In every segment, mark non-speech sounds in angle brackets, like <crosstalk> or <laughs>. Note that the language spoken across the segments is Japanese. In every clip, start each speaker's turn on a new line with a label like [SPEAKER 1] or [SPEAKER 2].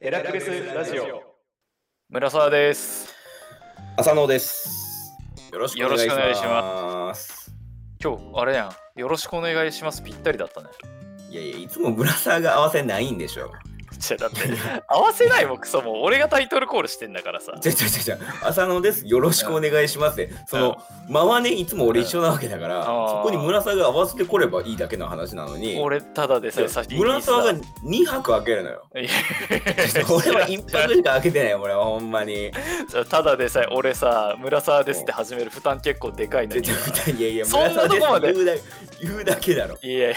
[SPEAKER 1] エラクゲスラジオ。
[SPEAKER 2] 村沢です。
[SPEAKER 3] 浅野です。よろし
[SPEAKER 2] よろしくお願いし
[SPEAKER 3] ます。
[SPEAKER 2] 今日あれやん。よろしくお願いします。ぴったりだったね。
[SPEAKER 3] いやいや、いつもブラサーが合わせないんでしょ。
[SPEAKER 2] じゃだって合わせないもクソも俺がタイトルコールしてんだからさ。
[SPEAKER 3] じゃじゃじゃじゃ、浅野です。よろしくお願いしますで、その、間はね、いつも俺一緒なわけだから、
[SPEAKER 2] うんあー
[SPEAKER 3] そこに村沢が合わせてこればいいだけの話なのに、
[SPEAKER 2] 俺ただでさえ先に
[SPEAKER 3] 村沢が
[SPEAKER 2] が。
[SPEAKER 3] 2泊開ける
[SPEAKER 2] <laughs>
[SPEAKER 3] のよ。
[SPEAKER 2] いや
[SPEAKER 3] 俺
[SPEAKER 2] <laughs>
[SPEAKER 3] は1泊しか開けてない、俺はほんまに。
[SPEAKER 2] ただでさえ俺さ村沢ですって始める負担結構でかいの
[SPEAKER 3] ちょ
[SPEAKER 2] に
[SPEAKER 3] ち。ょいやいや、
[SPEAKER 2] そんなとこまで
[SPEAKER 3] 村沢です言うだ言うだけだろ。
[SPEAKER 2] いやいや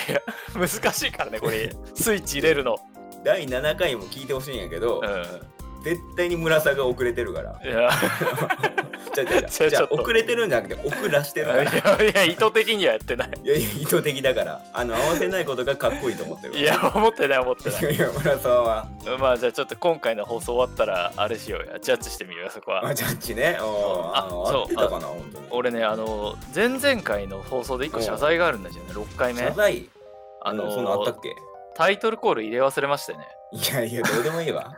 [SPEAKER 2] 難しいからねこれスイッチ入れるの。
[SPEAKER 3] 第7回も聞いてほしいんやけど
[SPEAKER 2] うん。、
[SPEAKER 3] 絶対に村沢が遅れてるから。
[SPEAKER 2] いや
[SPEAKER 3] じゃあじゃあ
[SPEAKER 2] ちょ
[SPEAKER 3] じゃあ
[SPEAKER 2] ちょっと
[SPEAKER 3] 遅れてるんじゃなくて遅らしてるからいや
[SPEAKER 2] いやいや意図的にはやってない。
[SPEAKER 3] いや意図的だからあの合わせないことがかっこいいと思ってる
[SPEAKER 2] いや思ってない思ってない
[SPEAKER 3] い。やいや村沢は
[SPEAKER 2] まあじゃあちょっと今回の放送終わったらあれしようやジャッジしてみようよそこは
[SPEAKER 3] あジャッジねお
[SPEAKER 2] そう
[SPEAKER 3] ー
[SPEAKER 2] あ
[SPEAKER 3] あの
[SPEAKER 2] そう
[SPEAKER 3] 合ってたかな本当に
[SPEAKER 2] 俺ねあの前々回の放送で1個謝罪があるんだよね6回目
[SPEAKER 3] 謝罪
[SPEAKER 2] あ
[SPEAKER 3] あのそんなあった
[SPEAKER 2] の
[SPEAKER 3] っけ
[SPEAKER 2] タイトルコール入れ忘れましてね
[SPEAKER 3] いやいやどうでもい
[SPEAKER 2] <laughs>
[SPEAKER 3] いわ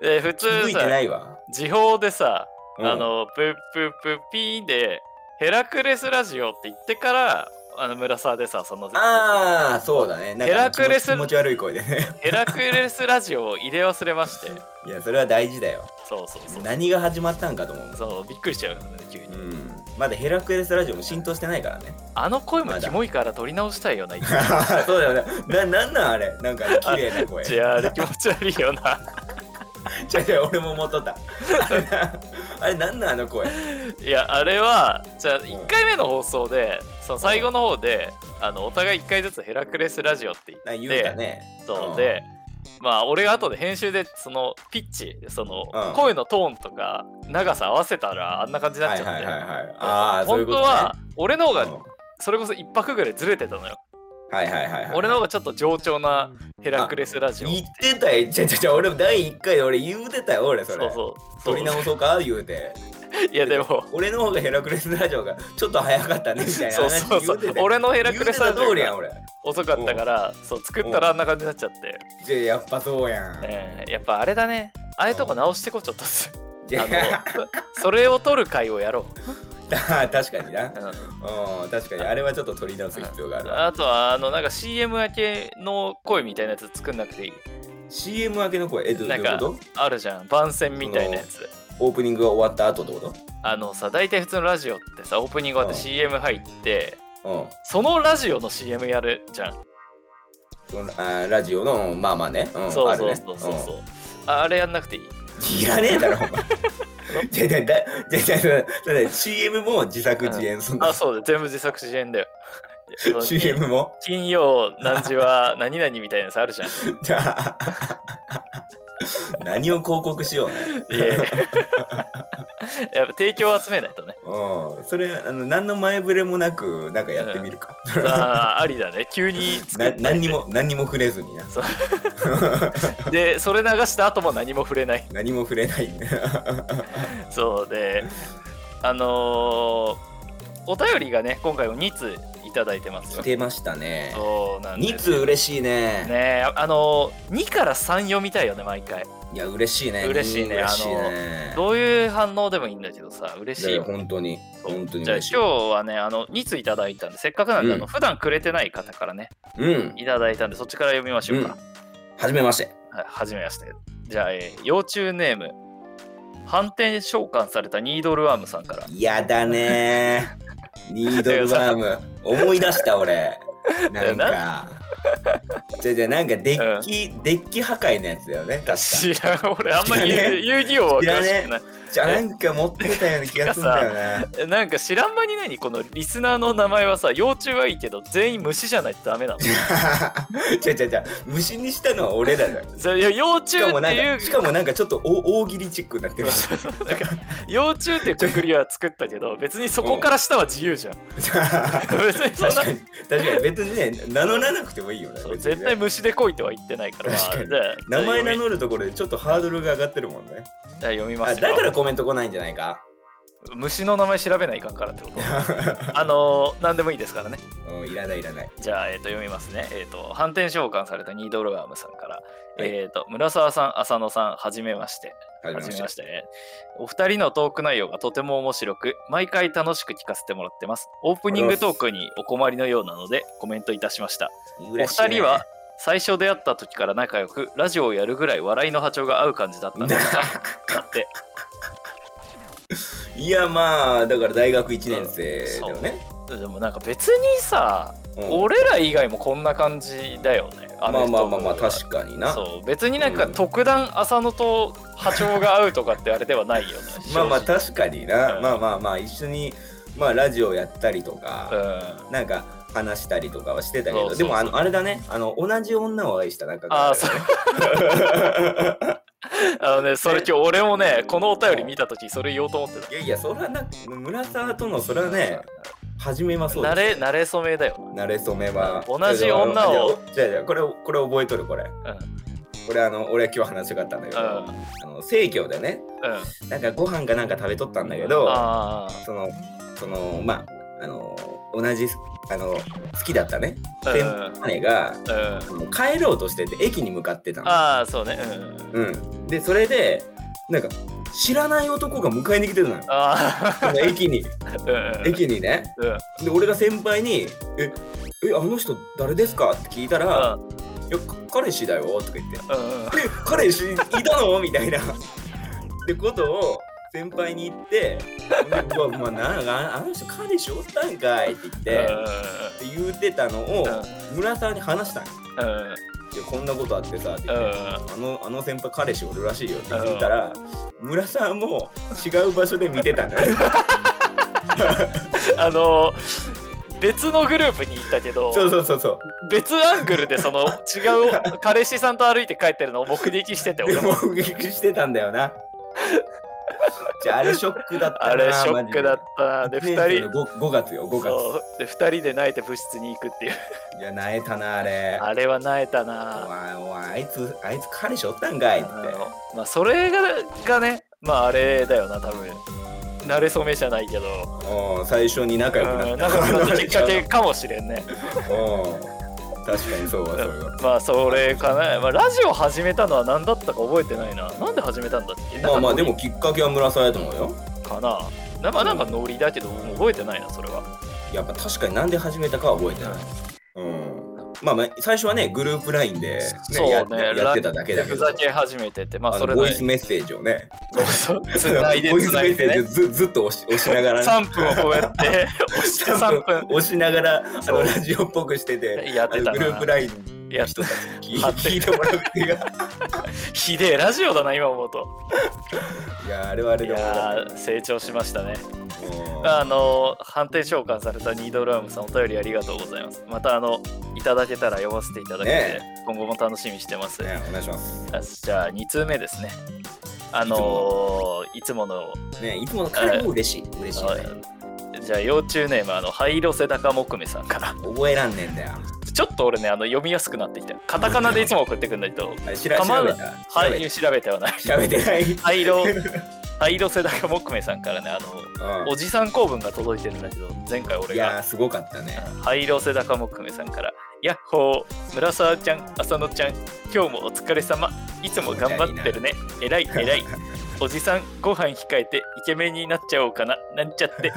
[SPEAKER 2] で普
[SPEAKER 3] 気づ
[SPEAKER 2] 通
[SPEAKER 3] いてな
[SPEAKER 2] さ
[SPEAKER 3] いわ
[SPEAKER 2] 時報でさ
[SPEAKER 3] うん
[SPEAKER 2] あのプップップッピーでヘラクレスラジオって言ってからあの村沢でさその
[SPEAKER 3] ああそうだねなんか
[SPEAKER 2] ヘラクレス
[SPEAKER 3] 気持ち悪い声でね <laughs>
[SPEAKER 2] ヘラクレスラジオを入れ忘れまして
[SPEAKER 3] いやそれは大事だよ
[SPEAKER 2] そうそう
[SPEAKER 3] <laughs>
[SPEAKER 2] そう
[SPEAKER 3] 何が始まったんかと思う
[SPEAKER 2] そうびっくりしちゃうよね急に
[SPEAKER 3] うんまだヘラクレスラジオも浸透してないから
[SPEAKER 2] <laughs>
[SPEAKER 3] ね
[SPEAKER 2] あの声も
[SPEAKER 3] まだ
[SPEAKER 2] キモいから撮り直したいよな一回
[SPEAKER 3] そうだよねななんなんあれなんか綺麗な声
[SPEAKER 2] じゃああれ気持ち悪いよな
[SPEAKER 3] 違う違う俺も持っとった <laughs> あれなあれなんなんあの声
[SPEAKER 2] いやあれはじゃあ1回目の放送でその最後の方であのお互い1回ずつヘラクレスラジオって言って
[SPEAKER 3] なんか言うたね
[SPEAKER 2] そう
[SPEAKER 3] うん
[SPEAKER 2] でまあ俺が後で編集でそのピッチその
[SPEAKER 3] うん
[SPEAKER 2] 声のトーンとか長さ合わせたらあんな感じになっ
[SPEAKER 3] は
[SPEAKER 2] ち
[SPEAKER 3] い
[SPEAKER 2] ゃっ
[SPEAKER 3] はい
[SPEAKER 2] て
[SPEAKER 3] はいはいああそうい
[SPEAKER 2] 本当
[SPEAKER 3] うことね
[SPEAKER 2] は俺の方
[SPEAKER 3] うん
[SPEAKER 2] がそれこそ1泊ぐらいずれてたのよ
[SPEAKER 3] はいはいはいはい
[SPEAKER 2] 俺の方がちょっと上調なヘラクレスラジオ
[SPEAKER 3] 言ってたよちゃちゃちゃ俺も第一回で俺言うてたよ俺そ
[SPEAKER 2] そ
[SPEAKER 3] れ
[SPEAKER 2] うそうそう
[SPEAKER 3] 取り直そうか言うて
[SPEAKER 2] いやでも
[SPEAKER 3] 俺の方がヘラクレスラジオがちょっと早かったねみたいな
[SPEAKER 2] そう
[SPEAKER 3] 話
[SPEAKER 2] そうそ
[SPEAKER 3] 言うて
[SPEAKER 2] う
[SPEAKER 3] たよ
[SPEAKER 2] 俺のヘラクレスラジ
[SPEAKER 3] 言うてた
[SPEAKER 2] オ
[SPEAKER 3] 通りやん
[SPEAKER 2] が
[SPEAKER 3] 俺
[SPEAKER 2] 遅かったからそう作ったらあんな感じになっちゃって
[SPEAKER 3] じゃあやっぱそうやん
[SPEAKER 2] えーやっぱあれだねああいうとこ直してこちょっとす
[SPEAKER 3] じゃ
[SPEAKER 2] あのそれを取る回をやろ
[SPEAKER 3] あ <laughs> 確かにな
[SPEAKER 2] う、うん
[SPEAKER 3] うん確かにあれはちょっと取り直す必要があるわ
[SPEAKER 2] あとはあのなんか CM 明けの声みたいなやつ作んなくていい
[SPEAKER 3] CM 明けの声えどどう
[SPEAKER 2] ないん
[SPEAKER 3] うこ
[SPEAKER 2] か
[SPEAKER 3] と
[SPEAKER 2] あるじゃん番宣みたいなやつ
[SPEAKER 3] オープニングが終わった後ってこ
[SPEAKER 2] あのさ大体普通のラジオってさオープニング終わって
[SPEAKER 3] う
[SPEAKER 2] CM 入って
[SPEAKER 3] とうん
[SPEAKER 2] そのラジオの CM やるじゃん
[SPEAKER 3] そのあーラジオのうんまあまあね、うん、
[SPEAKER 2] そう
[SPEAKER 3] ある
[SPEAKER 2] そう
[SPEAKER 3] ね
[SPEAKER 2] そうそうそうああれやんなくていい
[SPEAKER 3] うんいらねえだろお前じゃじゃだじゃじゃじゃじゃじゃ CM も自作自演すん
[SPEAKER 2] あ
[SPEAKER 3] だ
[SPEAKER 2] そうだ全部自作自演だよ
[SPEAKER 3] <laughs> CM も
[SPEAKER 2] 金曜何時は何々みたいなやつあるじゃん
[SPEAKER 3] じゃあ何を広告しようね
[SPEAKER 2] いやい <laughs> ややっぱ提供を集めないと
[SPEAKER 3] <laughs>
[SPEAKER 2] ね。
[SPEAKER 3] うんそれあの何の前触れもなくなんかやってみるか、
[SPEAKER 2] ああ、ありだね。急に作
[SPEAKER 3] な
[SPEAKER 2] って
[SPEAKER 3] 何にも何にも触れずにな
[SPEAKER 2] そうで、それ流した後も何も触れ
[SPEAKER 3] <laughs>
[SPEAKER 2] ない。
[SPEAKER 3] 何も触れない
[SPEAKER 2] そうで、あのーお便りがね、今回も2通いただいてますよ
[SPEAKER 3] し。てましたね
[SPEAKER 2] そうなんで
[SPEAKER 3] 2
[SPEAKER 2] す
[SPEAKER 3] 通。嬉しいね
[SPEAKER 2] ねえあのー、2から3読みたいよね、毎回。
[SPEAKER 3] いや嬉しいね
[SPEAKER 2] 嬉しいね
[SPEAKER 3] 嬉しいね
[SPEAKER 2] どういう反応でもいいんだけどさ、嬉しい
[SPEAKER 3] いや
[SPEAKER 2] よ。
[SPEAKER 3] 本当に本当に
[SPEAKER 2] じゃあ
[SPEAKER 3] 嬉
[SPEAKER 2] 今
[SPEAKER 3] しい
[SPEAKER 2] 日はね、あの2通いただいたんで、せっかくなんで、あの
[SPEAKER 3] うん
[SPEAKER 2] 普段くれてない方からね、
[SPEAKER 3] うん
[SPEAKER 2] いただいたんで、そっちから読みましょうか。
[SPEAKER 3] はじめまして。
[SPEAKER 2] はい、はじめまして。じゃあ、えー、幼虫ネーム、反転召喚されたニードルワームさんから。
[SPEAKER 3] やだね
[SPEAKER 2] <laughs>
[SPEAKER 3] ー。ニードルワーム。思い出した
[SPEAKER 2] <laughs>
[SPEAKER 3] 俺。なんか。じゃじゃなんかデッキ、デッキ破壊のやつだよね。確か。
[SPEAKER 2] 知らん、俺、あんまり
[SPEAKER 3] 知らね
[SPEAKER 2] 遊遊戯王は詳しくない。
[SPEAKER 3] じゃなんか持ってたような気がするんだよね。
[SPEAKER 2] えなんか知らん間に何このリスナーの名前はさ、幼虫はいいけど、全員虫じゃないとダメなの。
[SPEAKER 3] じゃじゃじゃ虫にしたのは俺らだ
[SPEAKER 2] <laughs>
[SPEAKER 3] よ。
[SPEAKER 2] それいや幼虫
[SPEAKER 3] し
[SPEAKER 2] って
[SPEAKER 3] かもなん
[SPEAKER 2] いう
[SPEAKER 3] か、しかもなんかちょっと大大喜利チックに
[SPEAKER 2] <laughs>
[SPEAKER 3] なってる。
[SPEAKER 2] なんか幼虫っていうくくりは作ったけど、別にそこから下は自由じゃん。別にそん
[SPEAKER 3] <laughs> 確
[SPEAKER 2] な
[SPEAKER 3] か。に、確かに別にね、名乗らなくてもいいよね。
[SPEAKER 2] そう
[SPEAKER 3] 別にね
[SPEAKER 2] 絶対虫で来いとは言ってないから、まあ
[SPEAKER 3] 確かに
[SPEAKER 2] じゃあ
[SPEAKER 3] 名前名
[SPEAKER 2] じ
[SPEAKER 3] 乗るところでちょっとハードルが上がってるもんね。
[SPEAKER 2] ゃあ読みま
[SPEAKER 3] あ
[SPEAKER 2] すよ
[SPEAKER 3] だからコメント来ないんじゃないか
[SPEAKER 2] 虫の名前調べないかんからってこと。あのー、何でもいいですからね。
[SPEAKER 3] うん、いらないいらない。
[SPEAKER 2] じゃあ、えっ、と、読みますね。えっ、と、反転召喚されたニードルアームさんから、えっ、と、村沢さん、浅野さん、はじめまして。
[SPEAKER 3] は
[SPEAKER 2] はじ
[SPEAKER 3] じめ
[SPEAKER 2] め
[SPEAKER 3] ま
[SPEAKER 2] ま
[SPEAKER 3] し
[SPEAKER 2] してね。お二人のトーク内容がとても面白く、毎回楽しく聞かせてもらってます。オープニングトークにお困りのようなので、コメントいたしました。
[SPEAKER 3] て。
[SPEAKER 2] お
[SPEAKER 3] お
[SPEAKER 2] 二人は最初出会った時から仲良く、ラジオをやるぐらい笑いの波長が合う感じだったんですかだって、
[SPEAKER 3] いやまあだから大学1年生だよね。
[SPEAKER 2] でもなんか別にさ、
[SPEAKER 3] うん
[SPEAKER 2] 俺ら以外もこんな感じだよね。
[SPEAKER 3] まあまあまあまあ
[SPEAKER 2] か
[SPEAKER 3] 確かにな。
[SPEAKER 2] そう別になんか
[SPEAKER 3] うん
[SPEAKER 2] 特段浅野と波長が合うとかってあれではないよね
[SPEAKER 3] <laughs> まあまあ
[SPEAKER 2] 正
[SPEAKER 3] 確かにな。
[SPEAKER 2] うん
[SPEAKER 3] まあまあまあ一緒にまあラジオやったりと
[SPEAKER 2] 直
[SPEAKER 3] か、なんか話したりとかはしてたけ
[SPEAKER 2] そう
[SPEAKER 3] ど、
[SPEAKER 2] そう
[SPEAKER 3] でもあのあれだね。あの同じ女を愛した仲
[SPEAKER 2] あ
[SPEAKER 3] が
[SPEAKER 2] あそう
[SPEAKER 3] ね。
[SPEAKER 2] あのねそれ今日俺もねこのお便り見た時それ言おうと思ってた
[SPEAKER 3] いやいやそれはな村沢とのそれはね初めはそう
[SPEAKER 2] 慣れ
[SPEAKER 3] です。
[SPEAKER 2] 慣れ初めだよ、
[SPEAKER 3] 慣れ初めは
[SPEAKER 2] 同じ女を。
[SPEAKER 3] じゃあじゃあこれこれ覚えとるこれ。
[SPEAKER 2] うん
[SPEAKER 3] これあの俺は今日話したかったんだけど、
[SPEAKER 2] うん
[SPEAKER 3] あの生協でね
[SPEAKER 2] うん、
[SPEAKER 3] なんかご飯かなんか食べとったんだけど
[SPEAKER 2] ああ
[SPEAKER 3] そのそのまああの同じあの好きだったね
[SPEAKER 2] うん
[SPEAKER 3] 先輩が
[SPEAKER 2] うん
[SPEAKER 3] あの帰ろうとしてて駅に向かってたの。
[SPEAKER 2] ああそうねうん
[SPEAKER 3] うん、でそれでなんか知らない男が迎えに来てたのよ
[SPEAKER 2] ああ
[SPEAKER 3] なんか駅に
[SPEAKER 2] <laughs> うん
[SPEAKER 3] 駅にね
[SPEAKER 2] うん
[SPEAKER 3] で俺が先輩に「ええあの人誰ですか?」って聞いたら「いやか彼氏だよ」とか言って
[SPEAKER 2] うん
[SPEAKER 3] で <laughs> 彼氏いたのみたいな。ってことを先輩に言って「うわまあ、なんかあの人彼氏おったんかい」って言って
[SPEAKER 2] うん
[SPEAKER 3] って言うてたのを
[SPEAKER 2] う
[SPEAKER 3] 村さんに話したんよ
[SPEAKER 2] うんうん
[SPEAKER 3] いやこんなことあってさ」って言
[SPEAKER 2] う
[SPEAKER 3] って。
[SPEAKER 2] ん
[SPEAKER 3] あのあの先輩彼氏おるらしいよって聞いたら村さんも違う場所で見てた
[SPEAKER 2] <laughs>
[SPEAKER 3] んだよ
[SPEAKER 2] あの別のグループに行ったけど
[SPEAKER 3] そうそうそうそう
[SPEAKER 2] 別アングルでその違
[SPEAKER 3] <laughs>
[SPEAKER 2] う彼氏さんと歩いて帰ってるのを目撃してて
[SPEAKER 3] で
[SPEAKER 2] 俺も
[SPEAKER 3] も目撃してたんだよな。じゃああれショックだったな。
[SPEAKER 2] あれショックだったなで
[SPEAKER 3] 二
[SPEAKER 2] 2人
[SPEAKER 3] 5, 月よ5月。
[SPEAKER 2] そうで二人で泣いて部室に行くっていう
[SPEAKER 3] いや泣えたなあれ。
[SPEAKER 2] あれは泣えた
[SPEAKER 3] お
[SPEAKER 2] な
[SPEAKER 3] 前お前あいつあいつ彼氏おったんかいって。
[SPEAKER 2] うんまあそれががねまああれだよな多分慣れ初めじゃないけど
[SPEAKER 3] うん最初に仲良くな
[SPEAKER 2] う
[SPEAKER 3] っ
[SPEAKER 2] ん
[SPEAKER 3] た。
[SPEAKER 2] 仲良くなったきっか
[SPEAKER 3] <laughs>
[SPEAKER 2] けかもしれんね
[SPEAKER 3] うん確かにそうはそうよ。
[SPEAKER 2] まあそれかな、まあ、ラジオ始めたのは何だったか覚えてないななんで始めたんだっけ
[SPEAKER 3] まあまあで
[SPEAKER 2] なんか
[SPEAKER 3] もきっかけは村沢やと思うよ。
[SPEAKER 2] かななまあなんかノリだけどもう覚えてないなそれは
[SPEAKER 3] やっぱ確かになんで始めたかは覚えてない。うん。まあまあ最初はねグループラインで、ね
[SPEAKER 2] そう
[SPEAKER 3] や
[SPEAKER 2] ね
[SPEAKER 3] やってただけだけ
[SPEAKER 2] ふ
[SPEAKER 3] ど
[SPEAKER 2] ざ。け始めててまあ
[SPEAKER 3] あ
[SPEAKER 2] そ
[SPEAKER 3] の
[SPEAKER 2] れ
[SPEAKER 3] ボ
[SPEAKER 2] な
[SPEAKER 3] イ
[SPEAKER 2] り
[SPEAKER 3] スメッセージをね
[SPEAKER 2] そう <laughs> そうつないで
[SPEAKER 3] ボイ
[SPEAKER 2] つ
[SPEAKER 3] スメ
[SPEAKER 2] ない
[SPEAKER 3] ッセ
[SPEAKER 2] で
[SPEAKER 3] ージを
[SPEAKER 2] ね
[SPEAKER 3] ずずっと押し押しながらね
[SPEAKER 2] 3分をこうやって
[SPEAKER 3] <laughs>
[SPEAKER 2] 押して3分
[SPEAKER 3] 押しながらあ
[SPEAKER 2] そ
[SPEAKER 3] の
[SPEAKER 2] う
[SPEAKER 3] ラジオっぽくしてて
[SPEAKER 2] やってたな
[SPEAKER 3] あのグループライン
[SPEAKER 2] やってた
[SPEAKER 3] 聞い
[SPEAKER 2] 貼って
[SPEAKER 3] 聞いてもらうっていうか
[SPEAKER 2] ひでえラジオだな今思うと
[SPEAKER 3] いやあれはあれ
[SPEAKER 2] い
[SPEAKER 3] でも
[SPEAKER 2] やー成長しましたね
[SPEAKER 3] うん
[SPEAKER 2] あの反転召喚されたニードルアームさんお便りありがとうございますまたあのいただけたら読ませていただいて、
[SPEAKER 3] ね
[SPEAKER 2] 今後も楽しみにしてます、
[SPEAKER 3] ねお願いします
[SPEAKER 2] じゃあ2通目ですねあのーいつもの
[SPEAKER 3] ねいつもの彼も嬉しい嬉しいね
[SPEAKER 2] じゃあ幼虫ネームあの灰色背高木目さんから <laughs>
[SPEAKER 3] 覚えらんねえんだよ
[SPEAKER 2] ちょっと俺ねあの読みやすくなってきたカタカナでいつも送ってくんない
[SPEAKER 3] <laughs>
[SPEAKER 2] と
[SPEAKER 3] あれ調べ
[SPEAKER 2] 構わな
[SPEAKER 3] 調べ
[SPEAKER 2] い
[SPEAKER 3] た
[SPEAKER 2] は
[SPEAKER 3] 調べ
[SPEAKER 2] い調べてはない
[SPEAKER 3] た調べてない
[SPEAKER 2] 灰色 <laughs> 灰色背高木目さんからねあのおじさん公文が届いてるんだけど前回
[SPEAKER 3] うん
[SPEAKER 2] 俺
[SPEAKER 3] いやー
[SPEAKER 2] が
[SPEAKER 3] すごかったね
[SPEAKER 2] 灰色背高木目さんから「やっほー村沢ちゃん浅野ちゃん今日もお疲れ様いつも頑張ってるねえらいえらいおじさんご飯控えてイケメンになっちゃおうかななんちゃって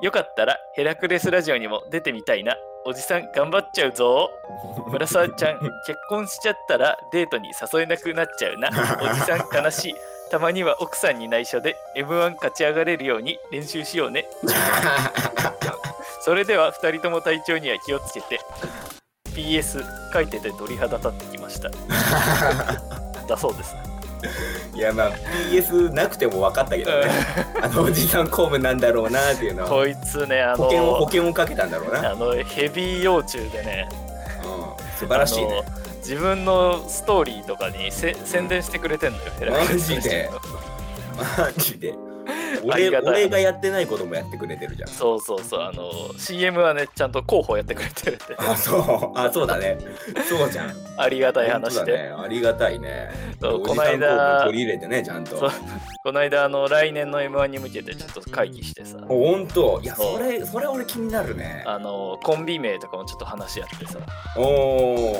[SPEAKER 2] よかったらヘラクレスラジオにも出てみたいなおじさん頑張っちゃうぞ村沢ちゃん結婚しちゃったらデートに誘えなくなっちゃうなおじさん悲しいたまには奥さんに内緒で m 1勝ち上がれるように練習しようねそれでは2人とも体調には気をつけて PS 書いてて鳥肌立ってきましただそうです、
[SPEAKER 3] <laughs> いやまあ PS なくても分かったけどねあのおじさん公務なんだろうなっていうのは
[SPEAKER 2] こいつねあ
[SPEAKER 3] 保険を保
[SPEAKER 2] の
[SPEAKER 3] 険をかけたんだろうな、
[SPEAKER 2] あのヘビー幼虫でね
[SPEAKER 3] うん、素晴らしいね
[SPEAKER 2] あの自分のストーリーとかにせ宣伝してくれてんのよ、ヘラクレスラジオ
[SPEAKER 3] マジでマジで
[SPEAKER 2] <laughs> あり
[SPEAKER 3] 俺
[SPEAKER 2] がたい
[SPEAKER 3] 俺がやってないこともやってくれてるじゃん
[SPEAKER 2] そうそうそうあの CM はねちゃんと広報やってくれてるんで
[SPEAKER 3] あそうあそうだねそうじゃん
[SPEAKER 2] ありがたい話
[SPEAKER 3] 本当だ
[SPEAKER 2] で、
[SPEAKER 3] ねありがたいね
[SPEAKER 2] そう
[SPEAKER 3] お
[SPEAKER 2] こ
[SPEAKER 3] じ
[SPEAKER 2] の
[SPEAKER 3] さん公務
[SPEAKER 2] 間
[SPEAKER 3] 取り入れてねちゃんと
[SPEAKER 2] そうこの間、あの、来年の M1 に向けてちょっと会議してさ、
[SPEAKER 3] ほんといや
[SPEAKER 2] そう
[SPEAKER 3] それそれ俺気になるね
[SPEAKER 2] あの、コンビ名とかもちょっと話し合ってさ、
[SPEAKER 3] お